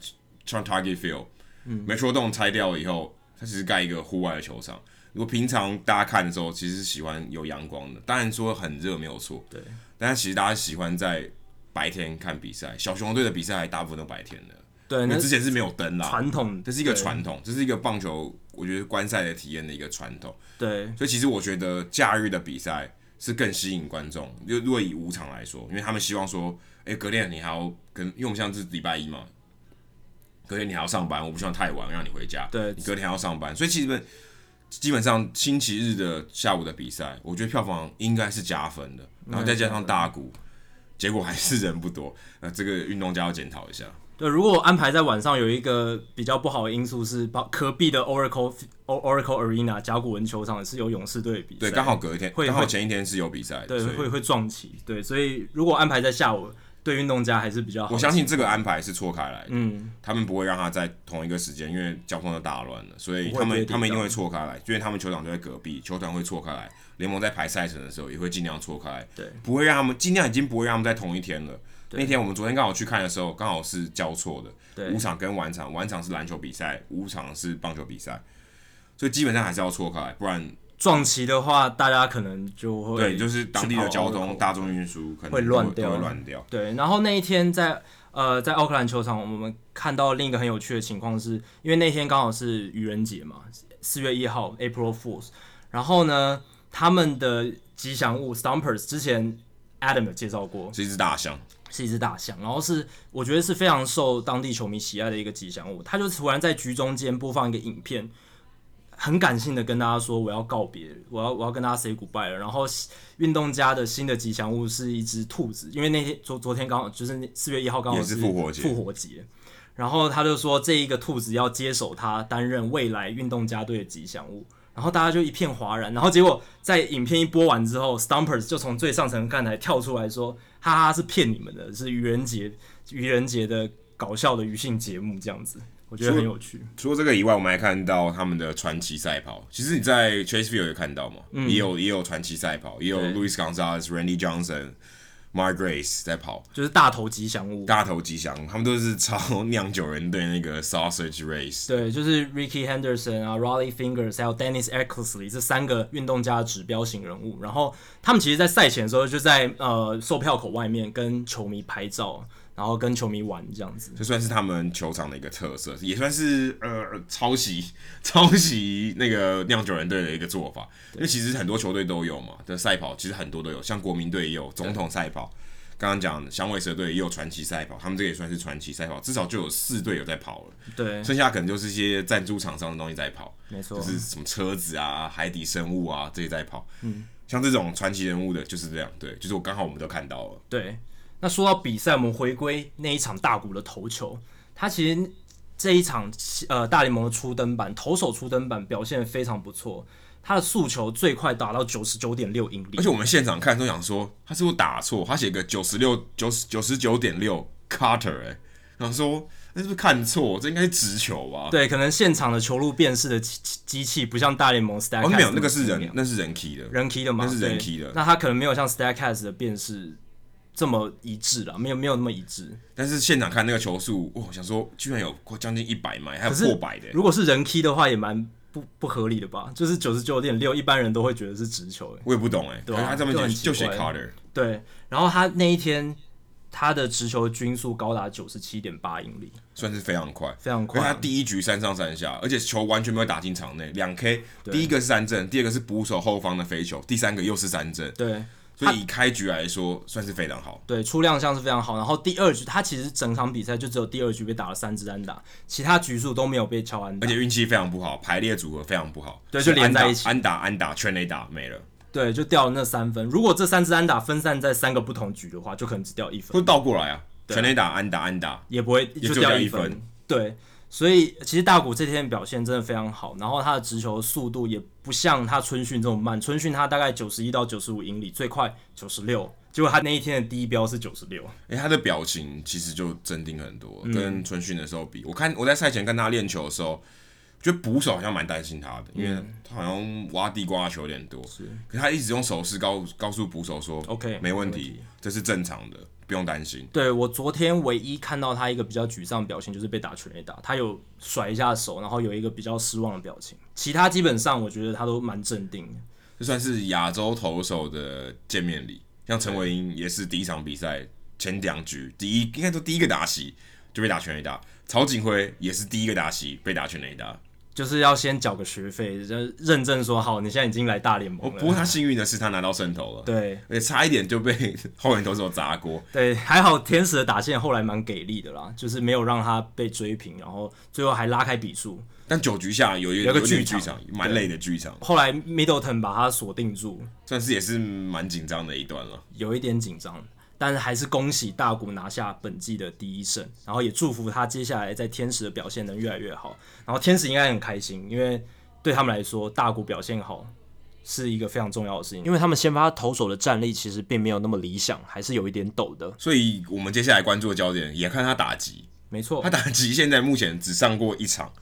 Speaker 2: 像 Target Field，嗯，美国洞拆掉了以后，它其实盖一个户外的球场。如果平常大家看的时候，其实是喜欢有阳光的，当然说很热没有错，
Speaker 1: 对，
Speaker 2: 但是其实大家喜欢在白天看比赛。小熊队的比赛还大部分都白天的，
Speaker 1: 对，
Speaker 2: 因
Speaker 1: 那
Speaker 2: 为之前是没有灯啦，
Speaker 1: 传统
Speaker 2: 这是一个
Speaker 1: 对
Speaker 2: 传统，这是一个棒球，我觉得观赛的体验的一个传统。
Speaker 1: 对
Speaker 2: 所以其实我觉得假日的比赛是更吸引观众，就如果以五场来说，因为他们希望说，哎、隔天你还要跟，因为我们像是礼拜一嘛，隔天你还要上班，我不希望太晚让你回家，
Speaker 1: 对
Speaker 2: 你隔天还要上班，所以其实基本上星期日的下午的比赛，我觉得票房应该是加分的，然后再
Speaker 1: 嗯
Speaker 2: 加上大股。结果还是人不多，那这个运动家要检讨一下。
Speaker 1: 对，如果安排在晚上，有一个比较不好的因素是，把科比的 Oracle Oracle Arena 甲骨文球场是有勇士队的比赛，
Speaker 2: 对，刚好隔一天，
Speaker 1: 会
Speaker 2: 刚好
Speaker 1: 会
Speaker 2: 前一天是有比赛的，
Speaker 1: 对
Speaker 2: 所以
Speaker 1: 会会撞起，对，所以如果安排在下午，对运动家还是比较好。
Speaker 2: 我相信这个安排是错开来的，
Speaker 1: 嗯，
Speaker 2: 他们不会让他在同一个时间，因为交通都打乱了，所以
Speaker 1: 不会
Speaker 2: 他们
Speaker 1: 规定
Speaker 2: 他们一定
Speaker 1: 到
Speaker 2: 会错开来，因为他们球场就在隔壁，球团会错开来，联盟在排赛程的时候也会尽量错开来，
Speaker 1: 对，
Speaker 2: 不会让他们尽量已经不会让他们在同一天了。那天我们昨天刚好去看的时候，刚好是交错的，
Speaker 1: 对
Speaker 2: 五场跟晚场，晚场是篮球比赛，五场是棒球比赛，所以基本上还是要错开来，不然
Speaker 1: 撞期的话，大家可能就会
Speaker 2: 对就是当地
Speaker 1: 去
Speaker 2: 的
Speaker 1: 跑
Speaker 2: 交
Speaker 1: Oracle
Speaker 2: 通、大众运输可能
Speaker 1: 会
Speaker 2: 都
Speaker 1: 乱
Speaker 2: 都
Speaker 1: 掉
Speaker 2: 会乱掉。
Speaker 1: 对，然后那一天在呃在奥克兰球场，我们看到另一个很有趣的情况是，因为那天刚好是愚人节嘛，四月一号 April Fools，然后呢，他们的吉祥物 Stompers 之前 Adam 有介绍过，
Speaker 2: 是一只大象，
Speaker 1: 是一只大象，然后是我觉得是非常受当地球迷喜爱的一个吉祥物。他就突然在局中间播放一个影片，很感性的跟大家说我要告别，我要我要跟大家 say goodbye 了。然后运动家的新的吉祥物是一只兔子，因为那天昨昨天刚好就是四月一号刚好
Speaker 2: 也是复活节
Speaker 1: 复活节。然后他就说这一个兔子要接手他担任未来运动家队的吉祥物。然后大家就一片哗然，然后结果在影片一播完之后，Stumpers 就从最上层看台跳出来说：“哈哈，是骗你们的，是愚人节愚人节的搞笑的娱性节目这样子。”我觉得很有趣。
Speaker 2: 除了这个以外，我们还看到他们的传奇赛跑。其实你在 Chasefield 有看到嘛？也有也有传奇赛跑，也有
Speaker 1: 对
Speaker 2: Louis Gonzalez、Randy Johnson、Mark Grace 在跑
Speaker 1: 就是大头吉祥物，
Speaker 2: 大头吉祥，他们都是超酿酒人队那个 Sausage Race。
Speaker 1: 对，就是 Ricky Henderson 啊、Raleigh Fingers 还有 Dennis Eckersley 这三个运动家的指标型人物。然后他们其实，在赛前的时候就在呃售票口外面跟球迷拍照，然后跟球迷玩这样子。
Speaker 2: 这算是他们球场的一个特色，也算是呃抄袭抄袭那个酿酒人队的一个做法。因为其实很多球队都有嘛的赛跑，其实很多都有，像国民队也有总统赛跑，刚刚讲响尾蛇队也有传奇赛跑，他们这个也算是传奇赛跑，至少就有四队有在跑了。
Speaker 1: 对，哦
Speaker 2: 剩下可能就是一些赞助厂商的东西在跑，
Speaker 1: 没错，
Speaker 2: 就是什么车子啊、海底生物啊这些在跑。嗯，像这种传奇人物的，就是这样，对，就是我刚好我们都看到了。
Speaker 1: 对，那说到比赛，我们回归那一场大谷的头球，他其实这一场呃大联盟的初登板，投手初登板表现得非常不错，他的速球最快达到九十九点六英里
Speaker 2: 而，且我们现场看都想说，他是不是打错？他写个九十六、九十九十九点六 Carter，哎、想说那是不是看错？这应该是直球吧？
Speaker 1: 对，可能现场的球路辨识的机机器不像大联盟 Stacks，、
Speaker 2: 哦，没有，那个是人，那是人 key 的。
Speaker 1: 人 key 的嘛，
Speaker 2: 那是
Speaker 1: 对
Speaker 2: 人 key 的
Speaker 1: 那他可能没有像 Stacks 的辨识这么一致了，没有没有那么一致。
Speaker 2: 但是现场看那个球速，哇，想说居然有将近一百迈，还有
Speaker 1: 可是
Speaker 2: 破百的、欸
Speaker 1: 如果是人 key 的话，也蛮不不合理的吧？就是九十九点六，一般人都会觉得是直球、欸，
Speaker 2: 我也不懂哎、欸，
Speaker 1: 对啊
Speaker 2: 可是他这么
Speaker 1: 就很
Speaker 2: 写
Speaker 1: 奇
Speaker 2: 就写
Speaker 1: 怪
Speaker 2: Carter，
Speaker 1: 对，然后他那一天他的直球均速高达九十七点八英里，
Speaker 2: 算是非常快。
Speaker 1: 非常
Speaker 2: 因为他
Speaker 1: 快。啊
Speaker 2: 第一局三上三下，而且球完全没有打进场内，两 K，
Speaker 1: 对
Speaker 2: 第一个是三振，第二个是捕手后方的飞球，第三个又是三振，
Speaker 1: 对
Speaker 2: 所以以开局来说算是非常好。
Speaker 1: 对，出亮相是非常好。然后第二局他其实整场比赛就只有第二局被打了三支安打，其他局数都没有被敲安打。
Speaker 2: 而且运气非常不好，排列组合非常不好，
Speaker 1: 对就连在
Speaker 2: 安打
Speaker 1: 一起
Speaker 2: 安打安打全垒打没了，
Speaker 1: 对，就掉了那三分。如果这三支安打分散在三个不同局的话，就可能只掉一分。
Speaker 2: 或者倒过来啊，全垒打安打安打，
Speaker 1: 也不会
Speaker 2: 也
Speaker 1: 就
Speaker 2: 就
Speaker 1: 掉
Speaker 2: 掉一
Speaker 1: 一
Speaker 2: 分
Speaker 1: 分。对，所以其实大谷这天表现真的非常好，然后他的直球速度也不像他春训这么慢，春训他大概九十一到九十五英里，最快九十六，结果他那一天的第一标是九十六。
Speaker 2: 哎、他的表情其实就镇定很多，跟春训的时候比，我看我在赛前跟他练球的时候，觉得捕手好像蛮担心他的，因为他好像挖地瓜的球有点多，嗯是，可是他一直用手势告告诉捕手说
Speaker 1: OK，没
Speaker 2: 没问
Speaker 1: 问
Speaker 2: 题，这是正常的，不用担心。
Speaker 1: 对我昨天唯一看到他一个比较沮丧的表情就是被打全垒打，他有甩一下手，然后有一个比较失望的表情，其他基本上我觉得他都蛮镇定的。
Speaker 2: 这算是亚洲投手的见面礼。像陈伟英也是第一场比赛前两局，第一应该说第一个打席就被打全垒打，曹景辉也是第一个打席被打全垒打。
Speaker 1: 就是要先缴个学费，认认证说好，你现在已经来大联盟
Speaker 2: 哦不过
Speaker 1: 了。
Speaker 2: 他幸运的是他拿到胜投了，
Speaker 1: 对，
Speaker 2: 而且差一点就被 *laughs* 后援投手砸锅。
Speaker 1: 对，还好天使的打线后来蛮给力的啦，就是没有让他被追平，然后最后还拉开比数。
Speaker 2: 但九局下有一
Speaker 1: 有个
Speaker 2: 点
Speaker 1: 剧
Speaker 2: 剧
Speaker 1: 场
Speaker 2: 场，蛮累的剧场，
Speaker 1: 后来 Middleton 把他锁定住，
Speaker 2: 算是也是蛮紧张的一段了。
Speaker 1: 有一点紧张，但是还是恭喜大谷拿下本季的第一胜，然后也祝福他接下来在天使的表现能越来越好。然后天使应该很开心，因为对他们来说，大谷表现好是一个非常重要的事情，因为他们先发投手的战力其实并没有那么理想，还是有一点抖的。
Speaker 2: 所以我们接下来关注的焦点也看他打击，
Speaker 1: 没错
Speaker 2: 他，打击现在目前只上过一场，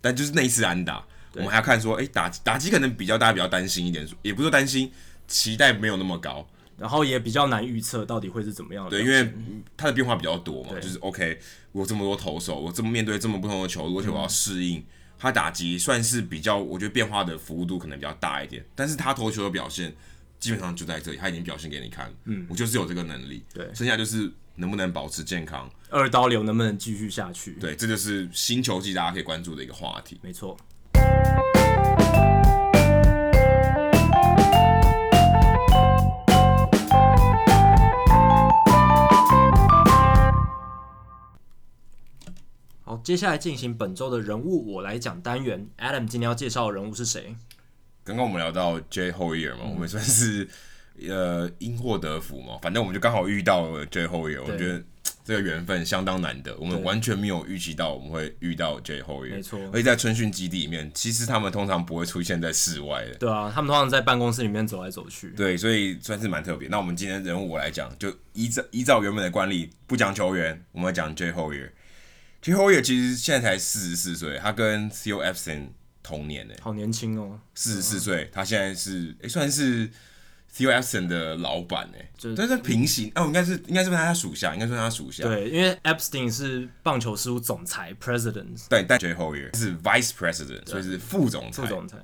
Speaker 2: 但就是那一次安打，我们还要看说，哎、打打击可能比较大家比较担心一点，也不是说担心，期待没有那么高，
Speaker 1: 然后也比较难预测到底会是怎么样的表现。
Speaker 2: 对，因为嗯他的变化比较多嘛，
Speaker 1: 对
Speaker 2: 就是 OK，我这么多投手，我这么面对这么不同的球路，而且
Speaker 1: 嗯
Speaker 2: 我要适应。他打击算是比较，我觉得变化的幅度可能比较大一点，但是他投球的表现基本上就在这里，他已经表现给你看，嗯，我就是有这个能力，
Speaker 1: 对
Speaker 2: 剩下就是能不能保持健康，
Speaker 1: 二刀流能不能继续下去？
Speaker 2: 对，这就是新球季大家可以关注的一个话题。
Speaker 1: 没错。接下来进行本周的人物我来讲单元。Adam 今天要介绍的人物是谁？
Speaker 2: 刚刚我们聊到 J Hoyer
Speaker 1: 嗯
Speaker 2: 嘛，我们算是呃因祸得福嘛，反正我们就刚好遇到了 J Hoyer，我觉得嘖这个缘分相当难得，我们完全没有预期到我们会遇到 J Hoyer，
Speaker 1: 没错
Speaker 2: 而且在春训基地里面，其实他们通常不会出现在室外的，
Speaker 1: 对啊，他们通常在办公室里面走来走去。
Speaker 2: 对，所以算是蛮特别。那我们今天人物我来讲，就依照依照原本的惯例，不讲球员，我们要讲 J Hoyer。J Hoyer 其实现在才四十四岁，他跟 Theo Epson 同年欸呢、
Speaker 1: 好年轻哦，
Speaker 2: 四十四岁，他现在是诶、算是 Theo Epson 的老板哎、
Speaker 1: 就
Speaker 2: 但是平行哦，应该是应该是他属下，应该算他属下。
Speaker 1: 对，因为 Epstein 是棒球事务总裁 （President）
Speaker 2: 对，但 J Hoyer 是 Vice President，所以是副总裁。
Speaker 1: 副总裁，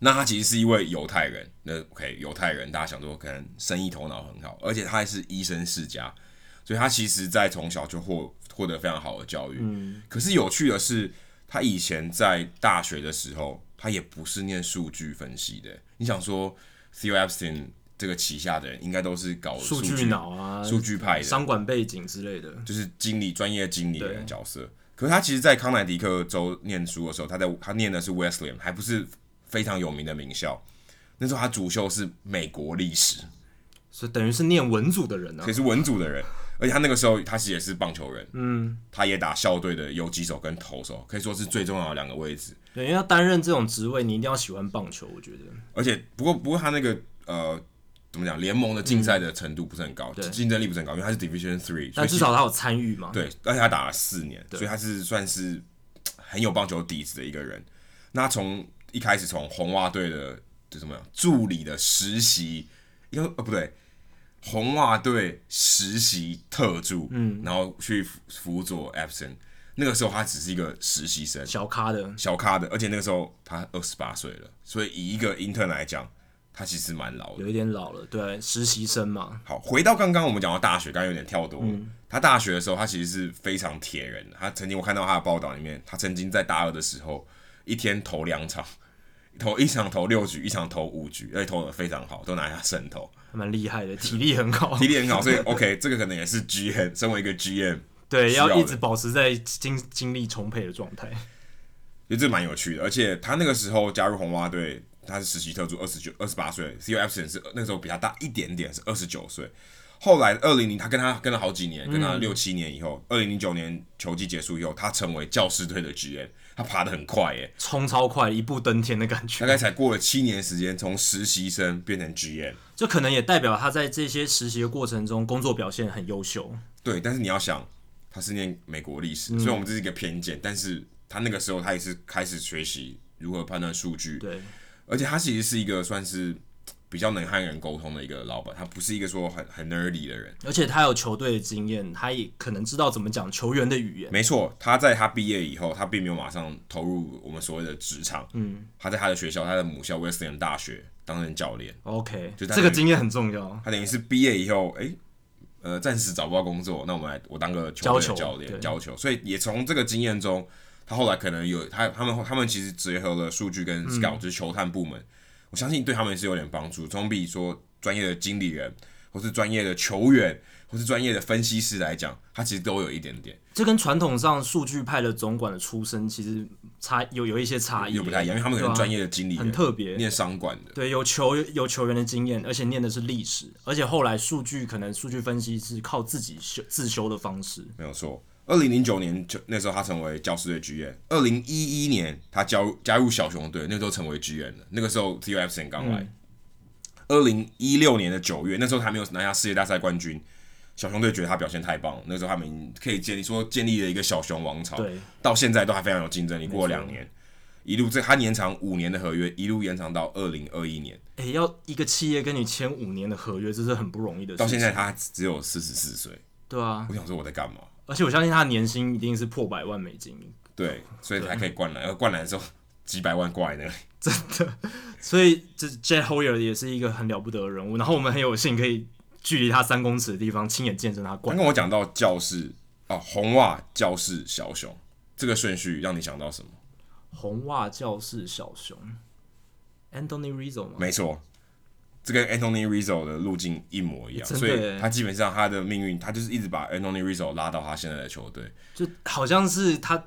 Speaker 2: 那他其实是一位犹太人，那 OK，犹太人大家想说可能生意头脑很好，而且他还是医生世家，所以他其实在从小就获获得非常好的教育。嗯，可是有趣的是，他以前在大学的时候，他也不是念数据分析的。你想说 Theo Epstein 这个旗下的人，应该都是搞
Speaker 1: 数
Speaker 2: 据
Speaker 1: 据、脑啊，
Speaker 2: 数据派的，
Speaker 1: 商管背景之类的。
Speaker 2: 就是经理、专业经理人的角色。可是他其实，在康乃狄克州念书的时候，他在他念的是 Wesleyan，还不是非常有名的名校。那时候他主修是美国历史，
Speaker 1: 所以等于是念文组的人啊
Speaker 2: 也，是文组的人，而且他那个时候他其实也是棒球人，嗯，他也打校队的游击手跟投手，可以说是最重要的两个位置。
Speaker 1: 对，因为要担任这种职位，你一定要喜欢棒球，我觉得。
Speaker 2: 而且不过不过他那个呃怎么讲，联盟的竞赛的程度不是很高，竞、争力不是很高，因为他是 Division
Speaker 1: 嗯
Speaker 2: Three，所
Speaker 1: 但
Speaker 2: 以
Speaker 1: 至少他有参与嘛。
Speaker 2: 对，而且他打了四年，所以他是算是很有棒球底子的一个人。那他从一开始从红袜队的就什么呀助理的实习，应该呃不对，红袜队实习特助，嗯，然后去辅辅佐 Epson。那个时候他只是一个实习生，
Speaker 1: 小咖的，
Speaker 2: 小咖的，而且那个时候他二十八岁了，所以以一个 intern 来讲，他其实蛮老的。
Speaker 1: 有一点老了，对，啊实习生嘛，
Speaker 2: 好，回到刚刚我们讲到大学，刚刚有点跳多了。他大学的时候，他其实是非常铁人的。他曾经我看到他的报道里面，他曾经在大二的时候，一天投两场， *laughs* 投一场投六局，一场投五局，而且投的非常好，都拿下胜投，
Speaker 1: 还蛮厉害的，体力很好
Speaker 2: 体。力很好。所以 OK，这个可能也是 GM，身为一个 GM，
Speaker 1: *laughs* 对，
Speaker 2: 需要
Speaker 1: 要
Speaker 2: 的
Speaker 1: 一直保持在精精力充沛的状态。
Speaker 2: 就这蛮有趣的。而且他那个时候加入红袜队，他是实习特助，二十九、二十八岁。C U Epson 是那个时候比他大一点点，是二十九岁。后来二零零，他跟他跟了好几年，跟他六七年以后，二零零九年球季结束以后，他成为教师队的 GM，他爬得很快耶，
Speaker 1: 冲超快，一步登天的感
Speaker 2: 大
Speaker 1: 觉，
Speaker 2: 概才过了七年时间，从实习生变成 GM。
Speaker 1: *laughs* 就可能也代表他在这些实习的过程中，工作表现很优秀。
Speaker 2: 对，但是你要想，他是念美国历史，虽然我们这是一个偏见，但是他那个时候他也是开始学习如何判断数据，
Speaker 1: 对，
Speaker 2: 而且他其实是一个算是比较能和人沟通的一个老板，他不是一个说很很 nerdy 的人。
Speaker 1: 而且他有球队的经验，他也可能知道怎么讲球员的语言。
Speaker 2: 没错，他在他毕业以后，他并没有马上投入我们所谓的职场。嗯，他在他的学校，他的母校 Wesleyan 大学担任教练。
Speaker 1: OK，
Speaker 2: 就他
Speaker 1: 这个经验很重要。
Speaker 2: 他等于是毕业以后，诶，呃，暂时找不到工作，那我们来我当个
Speaker 1: 教
Speaker 2: 球队
Speaker 1: 球
Speaker 2: 的教
Speaker 1: 对
Speaker 2: 练教球，所以也从这个经验中，他后来可能有他他们他们其实结合了数据
Speaker 1: 嗯
Speaker 2: 跟 scout，、就是球探部门，我相信对他们是有点帮助，总比说专业的经理人或是专业的球员或是专业的分析师来讲，他其实都有一点点
Speaker 1: 这跟传统上数据派的总管的出身其实差有有一些差异，
Speaker 2: 又不太一样，因为他们可能
Speaker 1: 对啊
Speaker 2: 专业的经理人、
Speaker 1: 很特别。
Speaker 2: 念商管的，
Speaker 1: 对，有球有球员的经验，而且念的是历史，而且后来数据可能数据分析是靠自己修自修的方式。
Speaker 2: 没有错。二零零九年就那时候他成为教师队 G N，二零一一年他加入加入小熊队，那时候成为 G N 的。那个时候 Theo Epson 刚来。二零一六年的九月，那时候他没有拿下世界大赛冠军，小熊队觉得他表现太棒了。那时候他们已经可以建立说建立了一个小熊王朝，
Speaker 1: 对，
Speaker 2: 到现在都还非常有竞争力。过了两年，一路这他延长五年的合约，一路延长到二零二一年，
Speaker 1: 诶，要一个企业跟你签五年的合约，这是很不容易的事情。
Speaker 2: 到现在他只有四十四岁。
Speaker 1: 对啊
Speaker 2: 我，想说我在干嘛？
Speaker 1: 而且我相信他的年薪一定是破百万美金，
Speaker 2: 对，所以才可以灌篮，而呃灌篮的时候几百万挂在那里。
Speaker 1: 所以这 Jet Hoyer 也是一个很了不得的人物。然后我们很有幸可以距离他三公尺的地方亲眼见证他
Speaker 2: 刚
Speaker 1: 冠。
Speaker 2: 刚我讲到教室啊，红袜、教室、小熊这个顺序，让你想到什么？
Speaker 1: 红袜教室小熊，Anthony Rizzo 吗？
Speaker 2: 没错，这跟 Anthony Rizzo 的路径一模一样，
Speaker 1: 真的
Speaker 2: 所
Speaker 1: 耶
Speaker 2: 以他基本上他的命运，他就是一直把 Anthony Rizzo 拉到他现在的球队。
Speaker 1: 就好像是他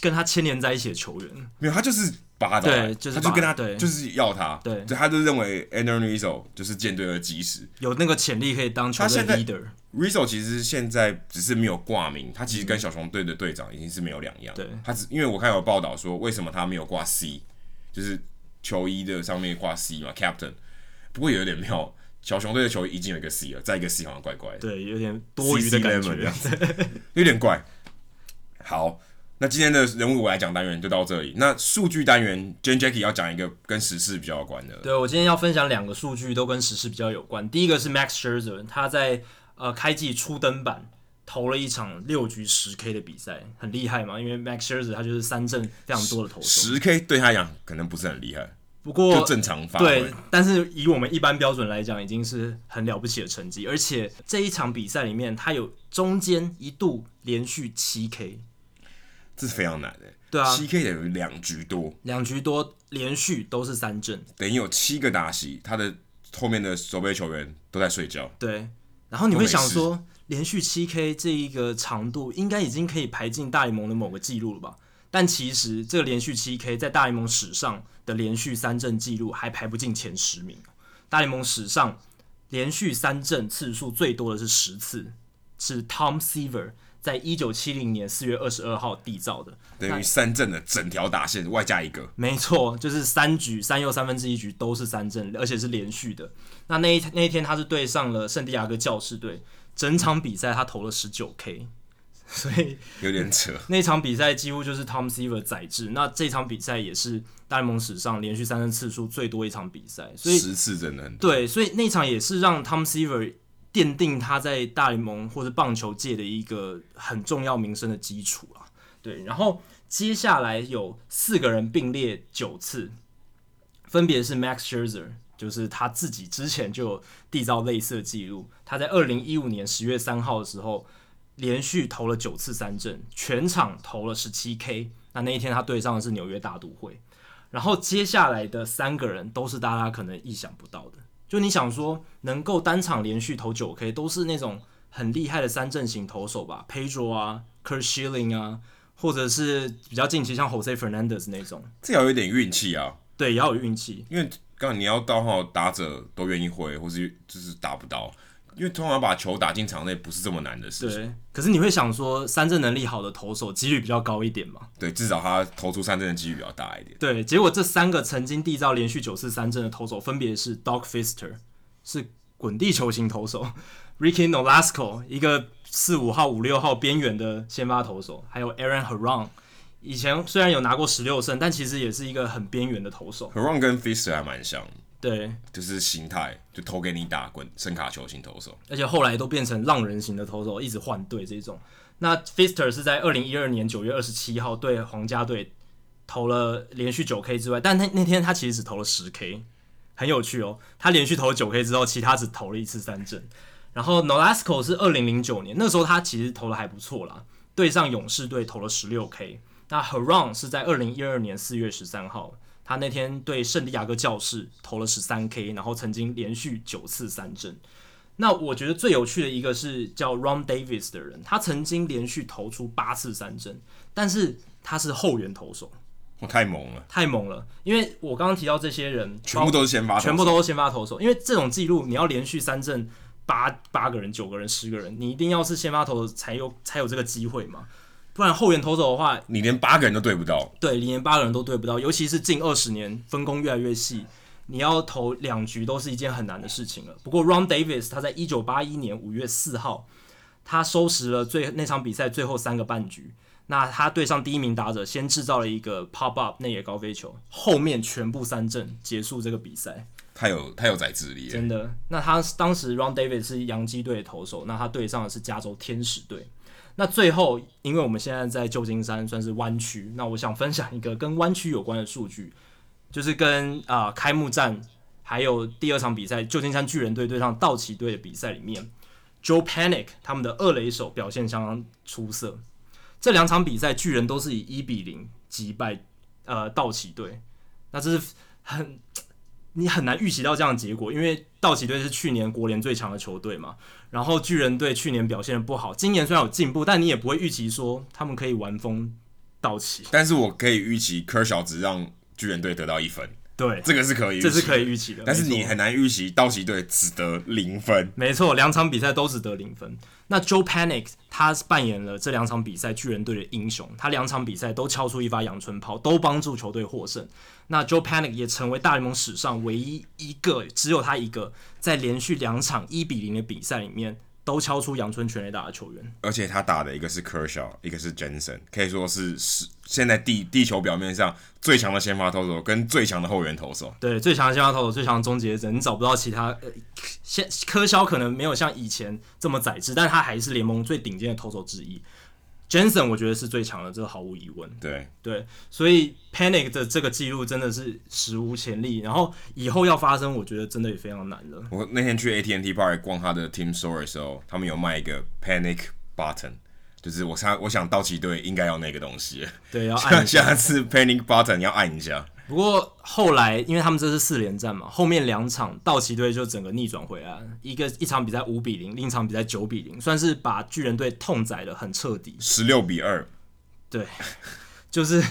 Speaker 1: 跟他牵连在一起的球员。
Speaker 2: 没有，他就是把他打来，
Speaker 1: 对就是
Speaker 2: 他就跟他
Speaker 1: 把他对
Speaker 2: 就是要他，
Speaker 1: 对
Speaker 2: 就他就认为 a n d r e Rizzo 就是舰队的基石。
Speaker 1: 有那个潜力可以当球
Speaker 2: 他
Speaker 1: 队
Speaker 2: 现在
Speaker 1: leader，
Speaker 2: Rizzo 其实现在只是没有挂名，他其实跟小熊队的队长已经是没有两样。
Speaker 1: 嗯对
Speaker 2: 他只因为我看有报道说，为什么他没有挂 C，就是球衣的上面挂 C 嘛，Captain。不过也有点妙，小熊队的球衣已经有一个 C 了，再一个 C 好像怪怪的。
Speaker 1: 对，有点多余的
Speaker 2: CC
Speaker 1: 感
Speaker 2: Lemon 这
Speaker 1: 觉
Speaker 2: 样。
Speaker 1: *laughs*
Speaker 2: 有点怪。好，那今天的人物我来讲单元就到这里。那数据单元 j a n Jackie 要讲一个跟时事比较有关的，
Speaker 1: 对我今天要分享两个数据，都跟时事比较有关。第一个是 Max Scherzer，他在呃开季初登板投了一场六局十 K 的比赛，很厉害嘛，因为 Max Scherzer 他就是三振非常多的投手。
Speaker 2: 十 K 对他来讲可能不是很厉害，
Speaker 1: 不
Speaker 2: 就
Speaker 1: 过
Speaker 2: 正常发挥
Speaker 1: 对。，但是以我们一般标准来讲，已经是很了不起的成绩。而且这一场比赛里面，他有中间一度连续七 K，
Speaker 2: 这是非常难的。
Speaker 1: 对啊
Speaker 2: 七 K 也有两局多，
Speaker 1: 两局多连续都是三振，
Speaker 2: 等于有七个打席，他的后面的守备球员都在睡觉。
Speaker 1: 对，然后你会
Speaker 2: 都没
Speaker 1: 想
Speaker 2: 事
Speaker 1: 说，连续七 K 这一个长度，应该已经可以排进大联盟的某个记录了吧？但其实这个连续七 K 在大联盟史上的连续三振记录还排不进前十名。哦大联盟史上连续三振次数最多的是十次，是 Tom Seaver 在一九七零年四月二十二号缔造的。
Speaker 2: 等于三阵的整条打线外加一个，
Speaker 1: 没错，就是三局三又三分之一局都是三振，而且是连续的。那那一那一天他是对上了圣地亚哥教士队，整场比赛他投了十九 K，所 *laughs* 以
Speaker 2: 有点扯。
Speaker 1: 那场比赛几乎就是 Tom Seaver 宰制。那这场比赛也是大联盟史上连续三振次数最多一场比赛，所以
Speaker 2: 十次真的很多，
Speaker 1: 对，所以那场也是让 Tom Seaver 奠定他在大联盟或者棒球界的一个很重要名声的基础啊。对，然后接下来有四个人并列九次，分别是 Max Scherzer，就是他自己之前就有缔造类似的记录。他在二零一五年十月三号的时候，连续投了九次三振，全场投了十七 K。那那一天他对上的是纽约大都会。然后接下来的三个人都是大家可能意想不到的。就你想说能够单场连续投九 K，都是那种很厉害的三阵型投手吧，Pedro 啊，Kurt Schilling 啊，或者是比较近期像 Jose Fernandez 那种，
Speaker 2: 这要有点运气啊，
Speaker 1: 对，也要有运气。
Speaker 2: 因为刚好你要到号打者都愿意挥，或是就是打不到，因为通常把球打进场内不是这么难的事情。
Speaker 1: 对，可是你会想说，三振能力好的投手几率比较高一点嘛？
Speaker 2: 对，至少他投出三振的几率比较大一点。
Speaker 1: 对，结果这三个曾经缔造连续九次三振的投手，分别是 Doc Fister，是滚地球型投手；Ricky Nolasco，一个四五号、五六号边缘的先发投手；还有 Aaron Haron，以前虽然有拿过十六胜，但其实也是一个很边缘的投手。
Speaker 2: h e r o n 跟 Fister 还蛮像，
Speaker 1: 对，
Speaker 2: 就是形态就投给你打滚，声卡球型投手。
Speaker 1: 而且后来都变成浪人型的投手，一直换队这种。那 Fister 是在二零一二年九月二十七号对皇家队投了连续九 K 之外，但那那天他其实只投了十 K，很有趣哦。他连续投九 K 之后，其他只投了一次三振。然后 Nolasco 是二零零九年，那时候他其实投的还不错啦，对上勇士队投了十六 K。那 Haron 是在二零一二年四月十三号，他那天对圣地亚哥教士投了十三 K，然后曾经连续九次三振。那我觉得最有趣的一个是叫 Ron Davis 的人，他曾经连续投出八次三振，但是他是后援投手，
Speaker 2: 我太猛了，
Speaker 1: 太猛了。因为我刚刚提到这些人，
Speaker 2: 全部都是先发投手，
Speaker 1: 全部都是先发投手，因为这种记录你要连续三振八八个人、九个人、十个人，你一定要是先发投手才有才有这个机会嘛，不然后援投手的话，
Speaker 2: 你连八个人都对不到，
Speaker 1: 对，连八个人都对不到，尤其是近二十年分工越来越细，你要投两局都是一件很难的事情了。不过 Ron Davis 他在一九八一年五月四号，他收拾了最那场比赛最后三个半局。那他对上第一名打者，先制造了一个 pop up 内野高飞球，后面全部三振结束这个比赛。
Speaker 2: 太有太有宰制力了。
Speaker 1: 真的。那他当时 Ron Davis 是洋基队的投手，那他对上的是加州天使队。那最后，因为我们现在在旧金山算是湾区，那我想分享一个跟湾区有关的数据，就是跟啊、呃开幕战还有第二场比赛旧金山巨人队对上道奇队的比赛里面，Joe Panic 他们的二垒手表现相当出色。这两场比赛巨人都是以一比零击败呃道奇队，那这是很你很难预期到这样的结果，因为道奇队是去年国联最强的球队嘛，然后巨人队去年表现的不好，今年虽然有进步，但你也不会预期说他们可以玩疯到期。
Speaker 2: 但是我可以预期科小只让巨人队得到一分，
Speaker 1: 对，
Speaker 2: 这个是可以，
Speaker 1: 这是可以，预期的。
Speaker 2: 但是
Speaker 1: 没
Speaker 2: 你
Speaker 1: 错
Speaker 2: 很难预期道奇队只得零分。
Speaker 1: 没错，两场比赛都只得零分。那 Joe Panic 他扮演了这两场比赛巨人队的英雄，他两场比赛都敲出一发阳春炮，都帮助球队获胜。那 Joe Panic 也成为大联盟史上唯一一个，只有他一个在连续两场一比零的比赛里面都敲出阳春全垒打的球员。
Speaker 2: 而且他打的一个是 Kershaw，一个是 Jensen，可以说是是现在地地球表面上最强的先发投手跟最强的后援投手。
Speaker 1: 对，最强的先发投手，最强的终结者，你找不到其他。呃，现科肖可能没有像以前这么宰制，但他还是联盟最顶尖的投手之一。Jensen 我觉得是最强的，这毫无疑问。
Speaker 2: 对，
Speaker 1: 对，所以 Panic 的这个记录真的是史无前例，然后以后要发生，我觉得真的也非常难了。
Speaker 2: 我那天去 AT&T Park 逛他的 Team Store 的时候，他们有卖一个 Panic Button，就是我想我想道奇队应该要那个东西，
Speaker 1: 对，要 *laughs* 按一下。
Speaker 2: *laughs* 下次 Panic Button 要按一下。
Speaker 1: 不过后来，因为他们这是四连战嘛，后面两场道奇队就整个逆转回来了，一个一场比赛五比零，另一场比赛九比零，算是把巨人队痛宰的很彻底。
Speaker 2: 十六比二，
Speaker 1: 对， *laughs* 就是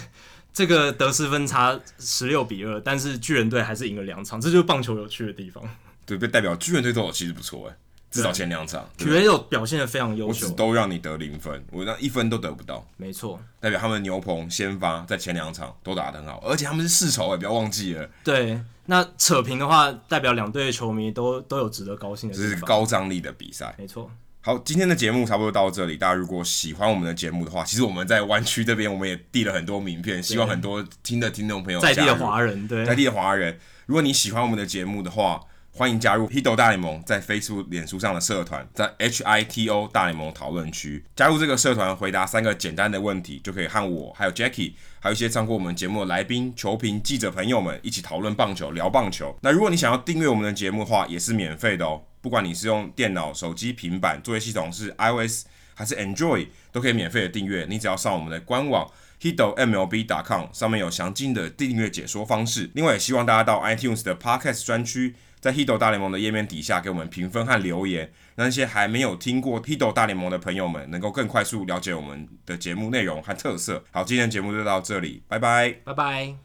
Speaker 1: 这个得失分差十六比二，但是巨人队还是赢了两场，这就是棒球有趣的地方。
Speaker 2: 对，被代表巨人队投手其实不错哎，至少前两场，
Speaker 1: t r e o 表现的非常优
Speaker 2: 我只
Speaker 1: 秀，
Speaker 2: 都让你得零分，我那一分都得不到，
Speaker 1: 没错，
Speaker 2: 代表他们牛棚先发在前两场都打得很好，而且他们是世仇哎，不要忘记了，
Speaker 1: 对，那扯平的话，代表两队的球迷都都有值得高兴的
Speaker 2: 这
Speaker 1: 地
Speaker 2: 是
Speaker 1: 方。
Speaker 2: 高张力的比赛。
Speaker 1: 没错，
Speaker 2: 好，今天的节目差不多到这里。大家如果喜欢我们的节目的话，其实我们在湾区这边我们也递了很多名片，希望很多听的听众朋友
Speaker 1: 在地
Speaker 2: 加
Speaker 1: 的
Speaker 2: 入
Speaker 1: 华人，对
Speaker 2: 在，地的华人，如果你喜欢我们的节目的话，欢迎加入 Hito 大联盟在 Facebook、脸书上的社团，在 HITO 大联盟讨论区加入这个社团，回答三个简单的问题，就可以和我、还有 Jackie，还有一些上过我们节目的来宾、球评、记者朋友们一起讨论棒球、聊棒球。那如果你想要订阅我们的节目的话，也是免费的哦。不管你是用电脑、手机、平板，作业系统是 iOS 还是 Android，都可以免费的订阅。你只要上我们的官网 hido mlb.com，上面有详尽的订阅解说方式。另外，也希望大家到 iTunes 的 Podcast 专区，在 hido 大联盟的页面底下给我们评分和留言，让那些还没有听过 hido 大联盟的朋友们能够更快速了解我们的节目内容和特色。好，今天的节目就到这里，拜拜。
Speaker 1: 拜拜。